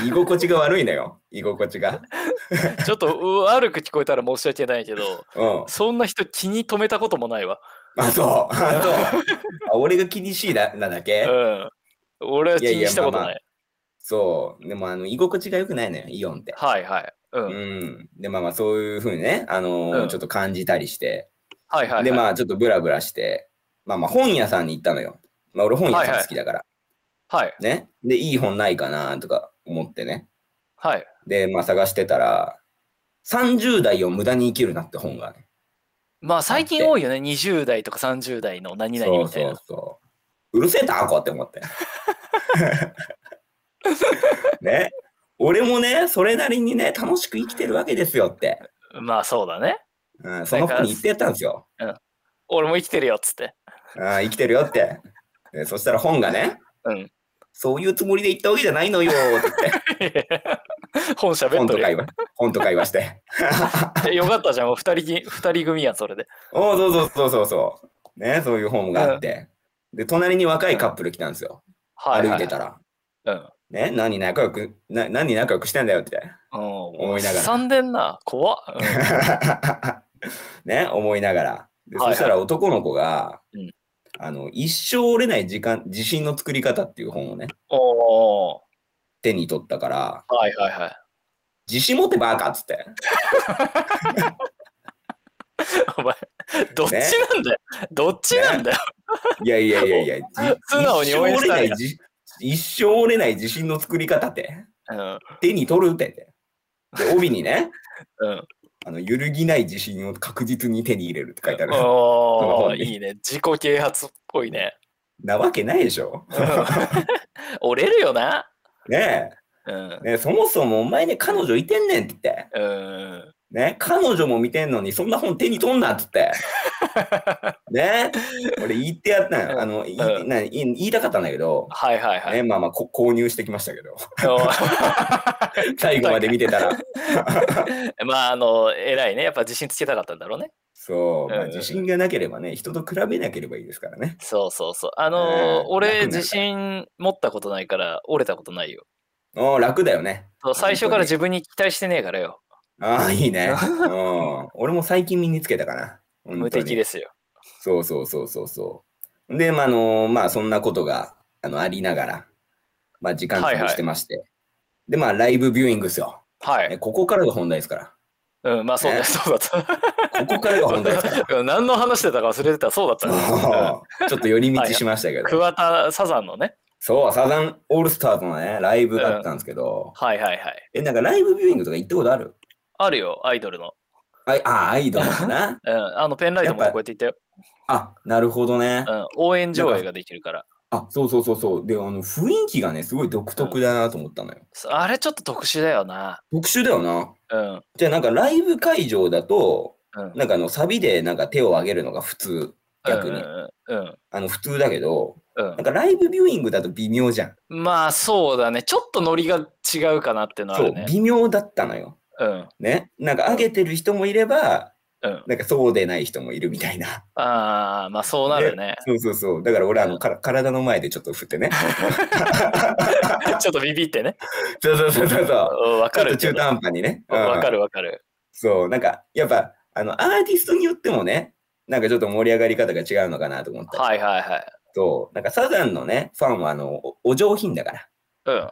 [SPEAKER 3] 居心地が悪いのよ。居心地が。
[SPEAKER 2] ちょっとう悪く聞こえたら申し訳ないけ
[SPEAKER 3] <laughs>
[SPEAKER 2] ど、 <laughs>
[SPEAKER 3] うん。
[SPEAKER 2] そんな人気に留めたこともないわ。<laughs>
[SPEAKER 3] あそう。あそう。あ俺が気にしいななだ
[SPEAKER 2] う
[SPEAKER 3] け。
[SPEAKER 2] ん。俺は気
[SPEAKER 3] いやい
[SPEAKER 2] に
[SPEAKER 3] や
[SPEAKER 2] したこと
[SPEAKER 3] まあ
[SPEAKER 2] な
[SPEAKER 3] ま
[SPEAKER 2] い。
[SPEAKER 3] そう。でもあの居心地が良くないのよイオンって。
[SPEAKER 2] はいはい。うん。
[SPEAKER 3] うん、でまあまあそういうふうにね、あのー
[SPEAKER 2] うん
[SPEAKER 3] ちょっと感じたりして、
[SPEAKER 2] はいはい、はい。
[SPEAKER 3] でまあちょっとブラブラしてまあまあ本屋さんに行ったのよ。まあ俺本屋さん好きだから、
[SPEAKER 2] はい
[SPEAKER 3] ね。でいい本ないかなとか思ってね。
[SPEAKER 2] はい。
[SPEAKER 3] でまあ探してたら30代を無駄に生きるなって本がね。
[SPEAKER 2] まあ最近多いよね。20代とか30代の何々
[SPEAKER 3] そう
[SPEAKER 2] みたい
[SPEAKER 3] そう
[SPEAKER 2] な。
[SPEAKER 3] そう。うるせえタコっ
[SPEAKER 2] <laughs>
[SPEAKER 3] て思って。ね。俺もね、それなりにね、楽しく生きてるわけですよって。
[SPEAKER 2] まあそうだね。
[SPEAKER 3] うん、その子に言ってやったんですよ。
[SPEAKER 2] 俺も生きてるよっつって。
[SPEAKER 3] あー生きてるよって。でそしたら本がね、
[SPEAKER 2] うん。 <laughs>
[SPEAKER 3] そういうつもりで言ったわけじゃないのよって言って、
[SPEAKER 2] 本喋
[SPEAKER 3] 本
[SPEAKER 2] っ
[SPEAKER 3] と
[SPEAKER 2] とる
[SPEAKER 3] 会
[SPEAKER 2] よ。
[SPEAKER 3] 話、本と会話して。
[SPEAKER 2] えよかったじゃん。もう二人き二人組やん、それで。
[SPEAKER 3] おーそうそうそうそうそう。ね、そういう本があって。で、隣に若いカップル来たんですよ。
[SPEAKER 2] はい、
[SPEAKER 3] 歩いてたら。
[SPEAKER 2] うん。
[SPEAKER 3] ね、何仲良く、な何仲良くしてんだよって。
[SPEAKER 2] うん、
[SPEAKER 3] 思いながら
[SPEAKER 2] おっさんでんな、怖っ。うん
[SPEAKER 3] ね、思いながら。で
[SPEAKER 2] はいはい
[SPEAKER 3] そしたら男の子が、
[SPEAKER 2] うん
[SPEAKER 3] あの一生折れない時間自信の作り方っていう本をね
[SPEAKER 2] おー
[SPEAKER 3] 手に取ったから
[SPEAKER 2] はいはいはい。
[SPEAKER 3] 自信持ってバカっつって。
[SPEAKER 2] お前、どっちなんだよ、どっちなんだよ、
[SPEAKER 3] いやいやいやいや、じ
[SPEAKER 2] <laughs> 素直に応援したいな
[SPEAKER 3] 一生折れないじ一生折れない自信の作り方って、
[SPEAKER 2] うん
[SPEAKER 3] 手に取るってって。で、帯にね、
[SPEAKER 2] うん、
[SPEAKER 3] あの揺るぎない自信を確実に手に入れるって書いて
[SPEAKER 2] <laughs>
[SPEAKER 3] ある。
[SPEAKER 2] お
[SPEAKER 3] <laughs> う
[SPEAKER 2] ー
[SPEAKER 3] ん
[SPEAKER 2] いいね自己啓発っぽい
[SPEAKER 3] <laughs>
[SPEAKER 2] ね
[SPEAKER 3] なわけないでしょ。
[SPEAKER 2] うん折れるよな
[SPEAKER 3] ね
[SPEAKER 2] うん
[SPEAKER 3] え、ねえそもそもお前ね、彼女いてんねんって言って。
[SPEAKER 2] うん
[SPEAKER 3] ね、彼女も見てんのに、そんな本手に取んなっつって。
[SPEAKER 2] <laughs>
[SPEAKER 3] ね、俺言ってやったんよあの、い
[SPEAKER 2] うん
[SPEAKER 3] な言い言いたかったんだけど、
[SPEAKER 2] はいはいはい、
[SPEAKER 3] ね、まあまあこ購入してきましたけど、 <laughs>
[SPEAKER 2] お
[SPEAKER 3] 最後まで見てたら。
[SPEAKER 2] <laughs> まああの偉いねやっぱ自信つけたかったんだろうね
[SPEAKER 3] そう、ま
[SPEAKER 2] う
[SPEAKER 3] あ、
[SPEAKER 2] ん
[SPEAKER 3] 自信がなければね、人と比べなければいいですからね。
[SPEAKER 2] そうそうそうあのー
[SPEAKER 3] ねえ
[SPEAKER 2] 俺
[SPEAKER 3] 楽になる
[SPEAKER 2] 自信持ったことないから折れたことないよ
[SPEAKER 3] おー楽だよね。
[SPEAKER 2] そう最初
[SPEAKER 3] 本当
[SPEAKER 2] から
[SPEAKER 3] に
[SPEAKER 2] 自分に期待してねえからよ
[SPEAKER 3] ああ、い
[SPEAKER 2] <laughs>
[SPEAKER 3] いね。うん俺も最近身につけたかな。。
[SPEAKER 2] 無敵ですすよ
[SPEAKER 3] そうそうそうそうそう。で、まあ、あのまあ、そんなことがあのありながら、まあ、時間
[SPEAKER 2] はいは
[SPEAKER 3] 潰
[SPEAKER 2] い
[SPEAKER 3] してまして。で、まあ、ライブビューイングですよ。
[SPEAKER 2] は
[SPEAKER 3] ね
[SPEAKER 2] い
[SPEAKER 3] ここからが本題ですか
[SPEAKER 2] うんまあそうだ、
[SPEAKER 3] ね
[SPEAKER 2] そうだった
[SPEAKER 3] ら。ここからが本題ですから。
[SPEAKER 2] うん何の話してたか忘れてた <laughs> そうだった
[SPEAKER 3] <laughs>
[SPEAKER 2] ね、
[SPEAKER 3] そうちょっと寄り道しましたけ
[SPEAKER 2] うん、
[SPEAKER 3] ど。
[SPEAKER 2] 桑田サザンのね
[SPEAKER 3] そう、サザンオールスターズのね、ライブだったんですけど、
[SPEAKER 2] はいはいはい
[SPEAKER 3] え、なんかライブビューイングとか行ったことある
[SPEAKER 2] あるよアイドルの、
[SPEAKER 3] あ、あアイドルか
[SPEAKER 2] <laughs>
[SPEAKER 3] な
[SPEAKER 2] うん、あのペンライトもこ
[SPEAKER 3] やっぱ
[SPEAKER 2] うやって言ったよ
[SPEAKER 3] あ、なるほどね。
[SPEAKER 2] うん、応援上映ができるから。
[SPEAKER 3] あ、そうそうそうそう。で、あの、雰囲気がね、すごい独特だなと思ったのよ。
[SPEAKER 2] あれちょっと特殊だよな。
[SPEAKER 3] 特殊だよな。
[SPEAKER 2] うん。
[SPEAKER 3] じゃあ、なんかライブ会場だと、
[SPEAKER 2] うん、
[SPEAKER 3] なんかあの、サビでなんか手を挙げるのが普通。逆に。
[SPEAKER 2] うんうん
[SPEAKER 3] あの、普通だけど、
[SPEAKER 2] うん
[SPEAKER 3] なんかライブビューイングだと微妙じゃん。
[SPEAKER 2] うん。まあそうだね。ちょっとノリが違うかなってのはあ
[SPEAKER 3] そ
[SPEAKER 2] る
[SPEAKER 3] う
[SPEAKER 2] ね、。
[SPEAKER 3] 微妙だったのよ。
[SPEAKER 2] うん。
[SPEAKER 3] ね。なんか上げてる人もいれば、
[SPEAKER 2] うん。
[SPEAKER 3] なんかそうでない人もいるみた
[SPEAKER 2] <laughs>
[SPEAKER 3] いな。
[SPEAKER 2] ああ、まあそうなるね。
[SPEAKER 3] そうそうそう。だから俺、あの、から体の前でちょっと
[SPEAKER 2] <laughs>
[SPEAKER 3] 振ってね。
[SPEAKER 2] ちょっとビビってね。
[SPEAKER 3] そうそうそうそうそう。
[SPEAKER 2] うんわ
[SPEAKER 3] ち
[SPEAKER 2] か
[SPEAKER 3] ょっと
[SPEAKER 2] るけ
[SPEAKER 3] 中
[SPEAKER 2] ど。
[SPEAKER 3] 途半端にね。うん
[SPEAKER 2] わかるわかる。
[SPEAKER 3] そう、なんか、やっぱ、あの、アーティストによってもね、なんかちょっと盛り上がり方が違うのかなと思ったり
[SPEAKER 2] はいはいはい。
[SPEAKER 3] と、なんかサザンのね、ファンは、あの、おお上品だから。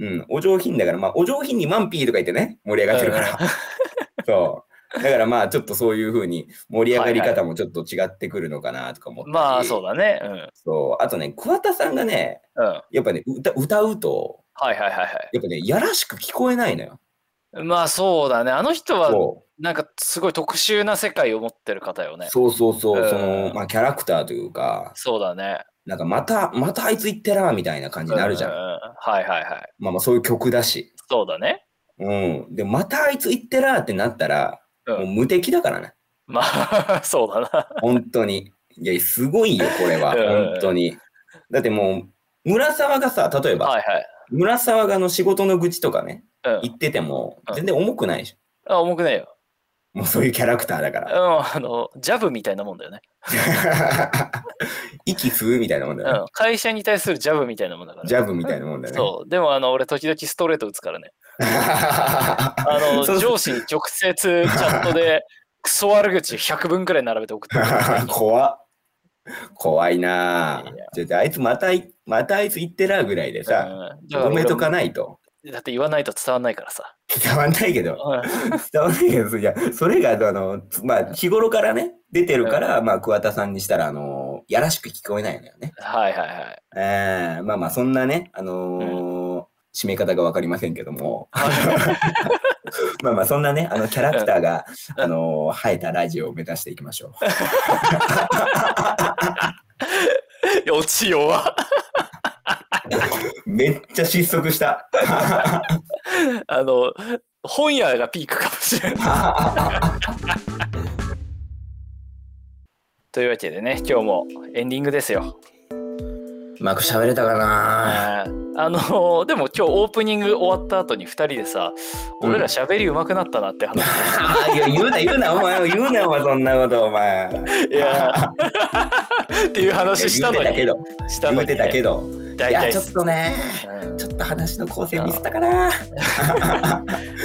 [SPEAKER 2] うん。
[SPEAKER 3] うん、お上品だから、まあ、お上品にマンピーとか言ってね、盛り上がってるから。 <laughs> そう。だからまあ、ちょっとそういう風に盛り上がり方もちょっと違ってくるのかなとか思って、
[SPEAKER 2] まあそうだね。うん。うん。
[SPEAKER 3] そう。あとね、桑田さんがね、
[SPEAKER 2] はい
[SPEAKER 3] やっぱね、歌歌うと、
[SPEAKER 2] はいはいは
[SPEAKER 3] やっぱね、やらしく聞こえないのよ。
[SPEAKER 2] い。まあそうだね。あの人は
[SPEAKER 3] そう。
[SPEAKER 2] なんかすごい特殊な世界を持ってる方よね。
[SPEAKER 3] そうそうそう、
[SPEAKER 2] うん
[SPEAKER 3] その、まあ、キャラクターというか、
[SPEAKER 2] そうだね。
[SPEAKER 3] なんかまた、またあいつ行ってら、みたいな感じになるじゃん。
[SPEAKER 2] ううはいはいはい。
[SPEAKER 3] まあまあ、そういう曲だし。
[SPEAKER 2] そうだね。
[SPEAKER 3] うん。で、またあいつ行ってらってなったら、
[SPEAKER 2] うん
[SPEAKER 3] もう無敵だからね。
[SPEAKER 2] まあ <laughs> そうだな。
[SPEAKER 3] 本当に。いや、すごいよ、これは。
[SPEAKER 2] うん
[SPEAKER 3] 本当に。だってもう、村沢がさ、例えば、
[SPEAKER 2] はいはい。
[SPEAKER 3] 村沢があの仕事の愚痴とかね、
[SPEAKER 2] うん
[SPEAKER 3] 言ってても
[SPEAKER 2] う、ん
[SPEAKER 3] 全然重くないでしょ。
[SPEAKER 2] あ、重くないよ。
[SPEAKER 3] もうそういうキャラクターだか
[SPEAKER 2] うん、 <laughs>
[SPEAKER 3] ら。
[SPEAKER 2] あの、ジャブみたいなもんだよね。
[SPEAKER 3] 息吸うみたいなもんだよね。
[SPEAKER 2] うん、会社に対するジャブみたいなもんだから。
[SPEAKER 3] ジャブみたいなもんだよね。
[SPEAKER 2] そう。でも、あの、俺、時々ストレート打つからね。あの、
[SPEAKER 3] <laughs> そう
[SPEAKER 2] 上司に直接チャットで、クソ悪口100分くらい並べて送ってるから
[SPEAKER 3] <laughs>
[SPEAKER 2] 最近
[SPEAKER 3] 怖っ怖いなあ
[SPEAKER 2] いや
[SPEAKER 3] ちょっとあいつまたい、またあいつ行ってらぐらいでさ、
[SPEAKER 2] うんだから
[SPEAKER 3] 止
[SPEAKER 2] 俺
[SPEAKER 3] め
[SPEAKER 2] も
[SPEAKER 3] とかないと。
[SPEAKER 2] だって言わないと伝わんないからさ。
[SPEAKER 3] 伝わんないけど、伝わんないけど、いや、それが、あの、つまあ、日頃からね、出てるから、まあ、桑田さんにしたら、あの、やらしく聞こえないのよね。
[SPEAKER 2] はいはいはい。
[SPEAKER 3] えー、まあまあ、そんなね、あのー締め方がわかりませんけども、まあまあ、そんなね、あの、キャラクターが、あのー生えたラジオを目指していきましょう。
[SPEAKER 2] い <laughs> や、落ち弱。
[SPEAKER 3] めっちゃ失速 <laughs> した。
[SPEAKER 2] あの、本屋がピークかもしれない。というわけでね、今日もエンディングですよ。
[SPEAKER 3] うまく喋れたか <laughs> な
[SPEAKER 2] あの <laughs> でも今日オープニング終わった後に2人でさ
[SPEAKER 3] うん
[SPEAKER 2] 俺ら喋り上手くなったなって話、
[SPEAKER 3] いや言うな言うなお前言うなお前そんなことお前
[SPEAKER 2] いや <laughs> っていう話したの
[SPEAKER 3] いや言うてた
[SPEAKER 2] に
[SPEAKER 3] けど
[SPEAKER 2] した
[SPEAKER 3] 言
[SPEAKER 2] の
[SPEAKER 3] う
[SPEAKER 2] に、
[SPEAKER 3] てたけ
[SPEAKER 2] ね、
[SPEAKER 3] どい
[SPEAKER 2] 大
[SPEAKER 3] や
[SPEAKER 2] 体
[SPEAKER 3] ちょっとねちょっと話の構成ミスったかな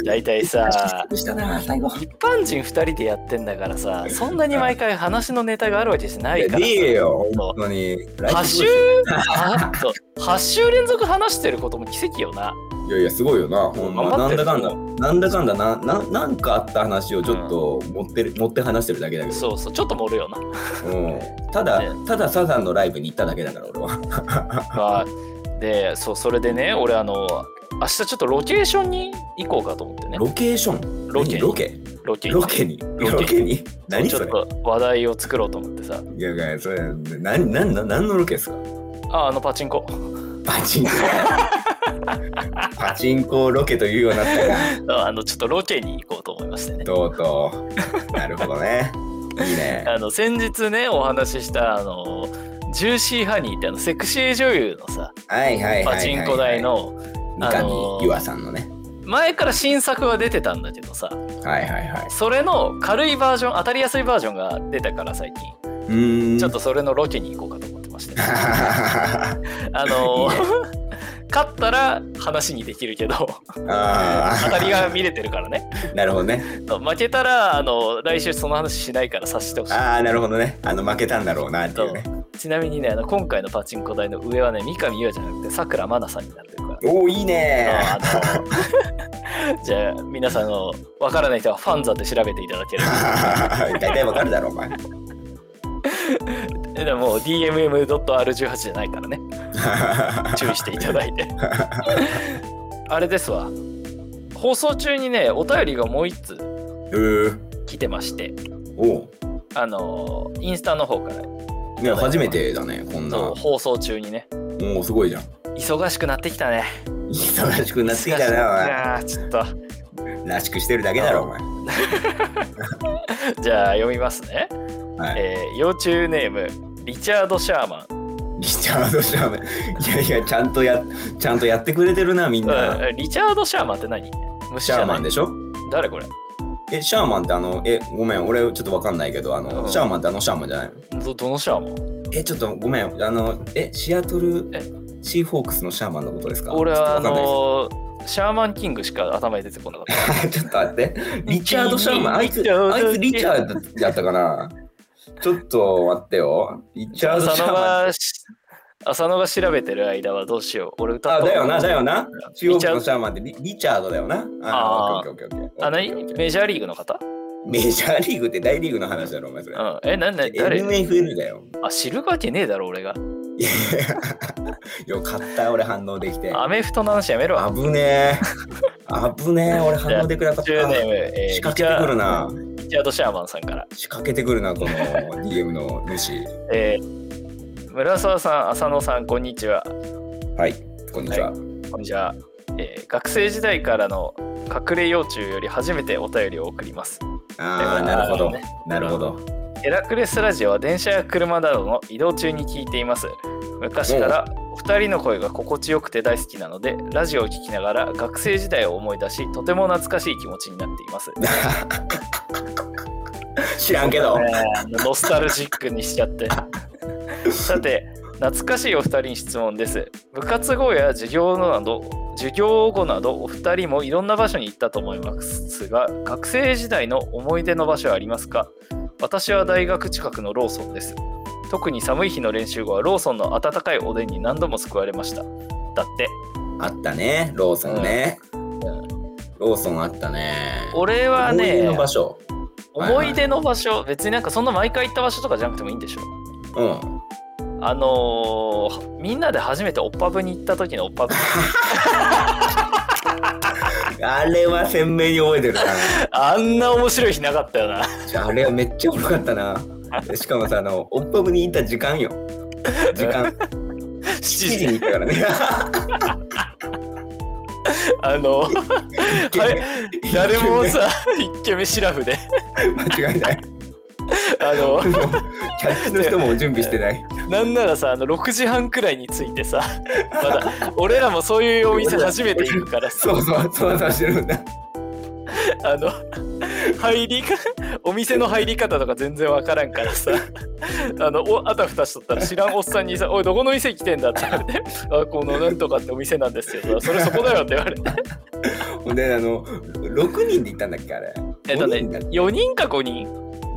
[SPEAKER 2] うん大体さ
[SPEAKER 3] 失速したな最後
[SPEAKER 2] 一般人2人でやってんだからさそんなに毎回話のネタがあるわけじゃないい
[SPEAKER 3] や
[SPEAKER 2] から
[SPEAKER 3] ねえよ
[SPEAKER 2] そう
[SPEAKER 3] 本当に
[SPEAKER 2] 8週あそう8週連続話してることも奇跡よな
[SPEAKER 3] いやいや、すごいよな、ほんま。
[SPEAKER 2] 頑
[SPEAKER 3] な
[SPEAKER 2] 張
[SPEAKER 3] ん
[SPEAKER 2] って
[SPEAKER 3] だ
[SPEAKER 2] る
[SPEAKER 3] かんだ、なんだかんだな、ななんかあった話をちょっと持ってる、持って話してるだけだけど、
[SPEAKER 2] そうそう、ちょっと盛るよな。
[SPEAKER 3] <laughs> うん、ただ、ただサザンのライブに行っただけだから、俺は。
[SPEAKER 2] まあ、で、そう、それでね、俺、あの、明日ちょっとロケーションに行こうかと思ってね。
[SPEAKER 3] ロケーション
[SPEAKER 2] ロケに
[SPEAKER 3] 何ロケ
[SPEAKER 2] ロケ
[SPEAKER 3] ロケに
[SPEAKER 2] ロケ
[SPEAKER 3] ロケに何
[SPEAKER 2] ち
[SPEAKER 3] そ
[SPEAKER 2] ょっ
[SPEAKER 3] れ
[SPEAKER 2] と話題を作ろうと思ってさ。
[SPEAKER 3] いやいや、それ、何、何、何何のロケですか
[SPEAKER 2] あ、あのパチンコ。 <laughs>
[SPEAKER 3] パチンコ。パチンコロケというようになったよな。
[SPEAKER 2] ああの、ちょっとロケに行こうと思いましてね。
[SPEAKER 3] とうとう。なるほどね。いいね。
[SPEAKER 2] あの、先日ね、お話しした、あの、ジューシーハニーってあのセクシー女優のさ、
[SPEAKER 3] はいはいはいはい、はい。
[SPEAKER 2] パチンコ台。の、
[SPEAKER 3] 三上優愛さんのね。
[SPEAKER 2] 前から新作は出てたんだけどさ、
[SPEAKER 3] はいはいはい。
[SPEAKER 2] それの軽いバージョン、当たりやすいバージョンが出たから最近、
[SPEAKER 3] うーん
[SPEAKER 2] ちょっ。とそれのロケに行こうかと思ってまして、ね。
[SPEAKER 3] <laughs> あ
[SPEAKER 2] あの <laughs> ー勝ったら話にできるけ
[SPEAKER 3] <laughs>
[SPEAKER 2] ど
[SPEAKER 3] あ
[SPEAKER 2] 当たりが見れてるからね
[SPEAKER 3] なるほどね
[SPEAKER 2] そう負けたらあの来週その話しないから察してほしい
[SPEAKER 3] ああなるほどねあの負けたんだろうなっていうね
[SPEAKER 2] ちなみにねあの今回のパチンコ台の上はね三上優愛じゃなくてさくらまなさんになってるから
[SPEAKER 3] おおいいね
[SPEAKER 2] あの <laughs> じゃあ皆さんあのわからない人はファンザで調べていただけ
[SPEAKER 3] <laughs>
[SPEAKER 2] れ
[SPEAKER 3] 大体わかるだろうお
[SPEAKER 2] <laughs>
[SPEAKER 3] 前
[SPEAKER 2] ばでも DMM.R18 じゃないから
[SPEAKER 3] <laughs>
[SPEAKER 2] ね注意していただいてあれですわ放送中にねお便りがもう1通
[SPEAKER 3] うー
[SPEAKER 2] 来てまして
[SPEAKER 3] おう
[SPEAKER 2] あのインスタの方から
[SPEAKER 3] ね初めてだねこんな
[SPEAKER 2] そう放送中にね
[SPEAKER 3] もうすごいじゃん
[SPEAKER 2] 忙しくなってきたね
[SPEAKER 3] 忙しくなってきたな
[SPEAKER 2] あーちょっと
[SPEAKER 3] お前らしくしてるだけだろお前
[SPEAKER 2] じゃあ読みますね、
[SPEAKER 3] はい
[SPEAKER 2] えー幼虫ネームリチャード・シャーマン、
[SPEAKER 3] リチャード・シャーマンいやいやちゃんとやちゃんとやってくれてるなみんな
[SPEAKER 2] うんリチャード・シャーマンって何虫じ
[SPEAKER 3] シャ
[SPEAKER 2] ゃな
[SPEAKER 3] ーマ
[SPEAKER 2] い
[SPEAKER 3] ンでしょ
[SPEAKER 2] 誰これ
[SPEAKER 3] えシャーマンってあのえごめん俺ちょっとわかんないけどあの、
[SPEAKER 2] うん
[SPEAKER 3] シャーマンってあのシャーマンじゃないの
[SPEAKER 2] どどのシャーマン
[SPEAKER 3] え、ちょっとごめん、あの、え、シアトル
[SPEAKER 2] え
[SPEAKER 3] シーホークスのシャーマンのことですか
[SPEAKER 2] 俺はあ
[SPEAKER 3] ちょ
[SPEAKER 2] のーシャーマンキングしか頭に出てこなかっ
[SPEAKER 3] っとわかんないです <laughs> ちょっと待って、リチャード・シャーマン、あいつ、あいつリチャードだったかなちょっと待ってよ、リチ
[SPEAKER 2] た
[SPEAKER 3] ャード・シ
[SPEAKER 2] 浅
[SPEAKER 3] ャー
[SPEAKER 2] 野
[SPEAKER 3] マン。
[SPEAKER 2] がし浅野が調べてる間はどうしよう俺歌っ
[SPEAKER 3] あ、
[SPEAKER 2] た
[SPEAKER 3] だよな、だよ
[SPEAKER 2] な
[SPEAKER 3] な。シーホークスのシャーマンってリリチャードだよな。
[SPEAKER 2] あー
[SPEAKER 3] オッケーオッケーオッケー
[SPEAKER 2] あ
[SPEAKER 3] オッケーオッ
[SPEAKER 2] 何
[SPEAKER 3] ケー
[SPEAKER 2] メジャーリーグの方、
[SPEAKER 3] メジャーリーグって大リーグの話だろ、お前それ
[SPEAKER 2] う。ん、え何何誰
[SPEAKER 3] NFL だよ。
[SPEAKER 2] あ知るわけねえだろ俺が
[SPEAKER 3] いやよかった、俺反応できて。
[SPEAKER 2] アメフトの話やめろわ
[SPEAKER 3] 危ねえ。危ねえ、俺反応できなかっ
[SPEAKER 2] 10
[SPEAKER 3] た
[SPEAKER 2] ネ。ーム、えー、
[SPEAKER 3] 仕掛けてくるな。
[SPEAKER 2] リチャード・シャーマンさんから、
[SPEAKER 3] 仕掛けてくるな、この DM の主。
[SPEAKER 2] えー村沢さん、浅野さん、こんにちは。
[SPEAKER 3] はい、こんにちは。
[SPEAKER 2] こんにちは、えー学生時代からの隠れ幼虫より初めてお便りを送ります。え
[SPEAKER 3] あ
[SPEAKER 2] ー
[SPEAKER 3] あ、なるほ
[SPEAKER 2] あ
[SPEAKER 3] ど
[SPEAKER 2] のね。
[SPEAKER 3] なる
[SPEAKER 2] <laughs>
[SPEAKER 3] ほど。
[SPEAKER 2] ヘラクレスラジオは電車や車などの移動中に聞いています。昔からお二人の声が心地よくて大好きなので、ラジオを聞きながら学生時代を思い出し、とても懐かしい気持ちになっています。
[SPEAKER 3] 知らんけど。
[SPEAKER 2] ねえノスタルジックにしちゃってさて懐かしいお二人に質問です部活後や授業後など授業後などお二人もいろんな場所に行ったと思いますが学生時代の思い出の場所はありますか私は大学近くのローソンです特に寒い日の練習後はローソンの温かいおでんに何度も救われましただって
[SPEAKER 3] あったね、ローソンね。ローソンあったね。
[SPEAKER 2] 俺は
[SPEAKER 3] 思い出
[SPEAKER 2] ね
[SPEAKER 3] の場所。
[SPEAKER 2] 思い出の場所別になんかそんな毎回行った場所とかじゃなくてもいいんでしょ
[SPEAKER 3] うん。
[SPEAKER 2] あのーみんなで初めてオッパブに行った時のオッパ
[SPEAKER 3] <laughs>
[SPEAKER 2] ブ
[SPEAKER 3] あれは鮮明に覚えてるな。
[SPEAKER 2] あんな面白い日なかったよな
[SPEAKER 3] あれはめっちゃおもろかった
[SPEAKER 2] <laughs>
[SPEAKER 3] な。しかもさ、あの、オッパブに行った時間よ。
[SPEAKER 2] <laughs>
[SPEAKER 3] 時間。
[SPEAKER 2] 7
[SPEAKER 3] 7時
[SPEAKER 2] 時
[SPEAKER 3] に行ったからね。
[SPEAKER 2] あの
[SPEAKER 3] <laughs>
[SPEAKER 2] ー <laughs> あれ誰もさ一軒目シラフで
[SPEAKER 3] 間違
[SPEAKER 2] <laughs>
[SPEAKER 3] いない。
[SPEAKER 2] あ
[SPEAKER 3] <laughs>
[SPEAKER 2] の
[SPEAKER 3] もうキャッチの人も準備してない。
[SPEAKER 2] なんならさあの6時半くらいに着いてさまだ俺らもそういうお店初めて行くからさ
[SPEAKER 3] そうそう、そうそうしてるんだ。
[SPEAKER 2] あの入りかお店の入り方とか全然わからんからさあのおあたふたしとったら知らんおっさんにさ「おいどこの店来てんだ」って言われて「あこのなんとかってお店なんですけどそれそこだよ」って言われて
[SPEAKER 3] ほんで、あの、6人で行ったんだっけ、あれ。
[SPEAKER 2] えっとね
[SPEAKER 3] 5人だっけ
[SPEAKER 2] 4人か5人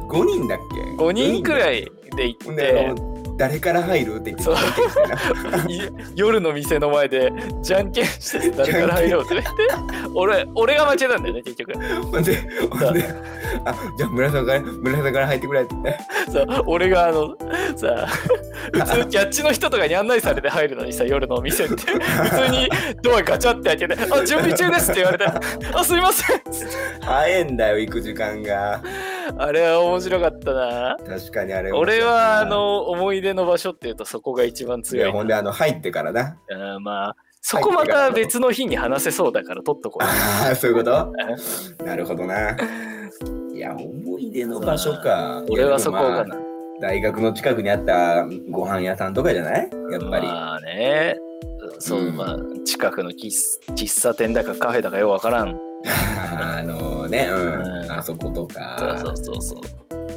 [SPEAKER 3] ?5 人だっけ
[SPEAKER 2] ?5 人く
[SPEAKER 3] い。
[SPEAKER 2] らいで行
[SPEAKER 3] ほ
[SPEAKER 2] っ
[SPEAKER 3] んで、あ
[SPEAKER 2] て
[SPEAKER 3] の、誰から入るって言って
[SPEAKER 2] そう
[SPEAKER 3] じゃんけんしてな
[SPEAKER 2] い夜の店の前でじゃんけんして誰から入ろうって <laughs> 言って俺俺が間違えたんだよね結局
[SPEAKER 3] ほんでほんであじゃあ村さんから村さんから入ってくれって言って
[SPEAKER 2] さ俺があのさ <laughs> 普通キャッチの人とかに案内されて入るのにさ夜のお店って普通にドアガチャって開けて「あ準備中です」って言われて「あすいません」
[SPEAKER 3] 早えんだよ行く時間が
[SPEAKER 2] あれは面白かったな
[SPEAKER 3] 確かにあれ
[SPEAKER 2] 俺はあの思い出の場所っていうとそこが一番
[SPEAKER 3] い
[SPEAKER 2] 強
[SPEAKER 3] や
[SPEAKER 2] い
[SPEAKER 3] ほんであの入ってからな
[SPEAKER 2] あーまあそこまた別の日に話せそうだから取っとこう
[SPEAKER 3] <laughs> ああそういうことなるほどないや思い出の場所か
[SPEAKER 2] 俺はそこ
[SPEAKER 3] いやでも
[SPEAKER 2] が
[SPEAKER 3] まあ大学の近くにあったご飯屋さんとかじゃないやっぱり、
[SPEAKER 2] まあねそう、
[SPEAKER 3] うん
[SPEAKER 2] まあ近くの喫喫茶店だかカフェだかよくわからん
[SPEAKER 3] あ、のねうん、
[SPEAKER 2] うん
[SPEAKER 3] あそこと
[SPEAKER 2] そう
[SPEAKER 3] か
[SPEAKER 2] そうそうそう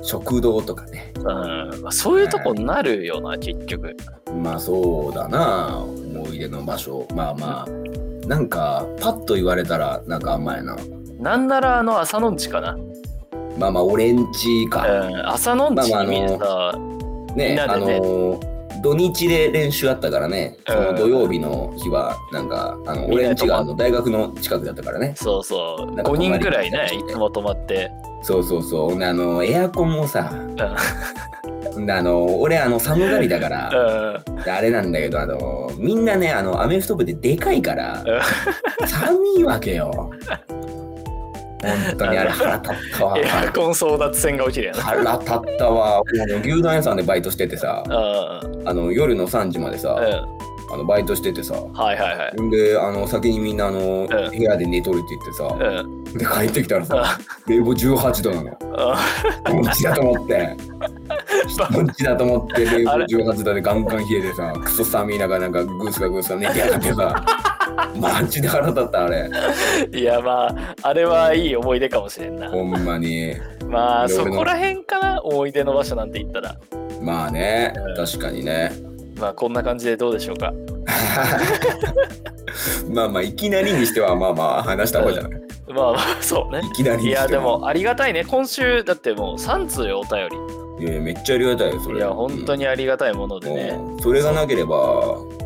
[SPEAKER 3] 食堂とかね
[SPEAKER 2] うんまあそういうとこになるよな、結局。
[SPEAKER 3] まあそうだな思い出の場所まあまあなんかパッと言われたらなんかあんまやな
[SPEAKER 2] なんならあの朝のんちかな。う
[SPEAKER 3] まあまあオレンジか、
[SPEAKER 2] ん、朝のんち
[SPEAKER 3] まあまあ
[SPEAKER 2] にみんなさ、みん
[SPEAKER 3] ね
[SPEAKER 2] な
[SPEAKER 3] あ
[SPEAKER 2] でね
[SPEAKER 3] の土日で練習あったからね、
[SPEAKER 2] うん
[SPEAKER 3] その土曜日の日はなんかあの
[SPEAKER 2] みんなで
[SPEAKER 3] オレンジがあの大学の近くだったからね
[SPEAKER 2] そうそう、
[SPEAKER 3] なんか
[SPEAKER 2] 5人くらい
[SPEAKER 3] 泊ま
[SPEAKER 2] ね
[SPEAKER 3] り、みたいない
[SPEAKER 2] つも泊まって。
[SPEAKER 3] そうそうそうほんであのエアコンもさほんであの俺あの寒がりだか
[SPEAKER 2] う
[SPEAKER 3] ら
[SPEAKER 2] ん、
[SPEAKER 3] であれなんだけどあのみんなねあのアメフト部ででかいから寒いわけよ本当にあれ腹立ったわ
[SPEAKER 2] エアコン争奪戦が起きるやな。
[SPEAKER 3] 腹立ったわ俺あの牛丼屋さんでバイトしててさ
[SPEAKER 2] うん、
[SPEAKER 3] あの夜の3時までさ
[SPEAKER 2] うん
[SPEAKER 3] あのバイトしててさ
[SPEAKER 2] はいはいはい。
[SPEAKER 3] んであの先にみんなあの、
[SPEAKER 2] ん
[SPEAKER 3] 部屋で寝とるって言ってさ、
[SPEAKER 2] うん、
[SPEAKER 3] で帰ってきたら
[SPEAKER 2] うん
[SPEAKER 3] さ冷房18度なの盆地だと
[SPEAKER 2] <laughs>
[SPEAKER 3] 思って盆地だと思って冷房
[SPEAKER 2] あれ
[SPEAKER 3] 18度でガンガン冷えてさクソ寒い中なんかグースかグースか寝てやがってさマジで腹立ったあれ
[SPEAKER 2] うんいやまああれはいい思い出かもしれんな
[SPEAKER 3] ほんまに
[SPEAKER 2] まあ
[SPEAKER 3] いろ
[SPEAKER 2] そ
[SPEAKER 3] いろな
[SPEAKER 2] こら辺かな思い出の場所なんて言ったら
[SPEAKER 3] まあね
[SPEAKER 2] うん
[SPEAKER 3] 確かにね <laughs>
[SPEAKER 2] まあこんな感じでどうでしょうか
[SPEAKER 3] まあまあいきなりにしてはまあまあ話した方じゃない
[SPEAKER 2] まあま
[SPEAKER 3] <laughs>
[SPEAKER 2] あそうね
[SPEAKER 3] いきなり
[SPEAKER 2] い
[SPEAKER 3] にして
[SPEAKER 2] や
[SPEAKER 3] は
[SPEAKER 2] でもありがたいね今週だってもう3通よお便り
[SPEAKER 3] いやいやめっちゃありがたいよそれ
[SPEAKER 2] いや本当
[SPEAKER 3] に
[SPEAKER 2] にありがたいものでね、
[SPEAKER 3] それがなければ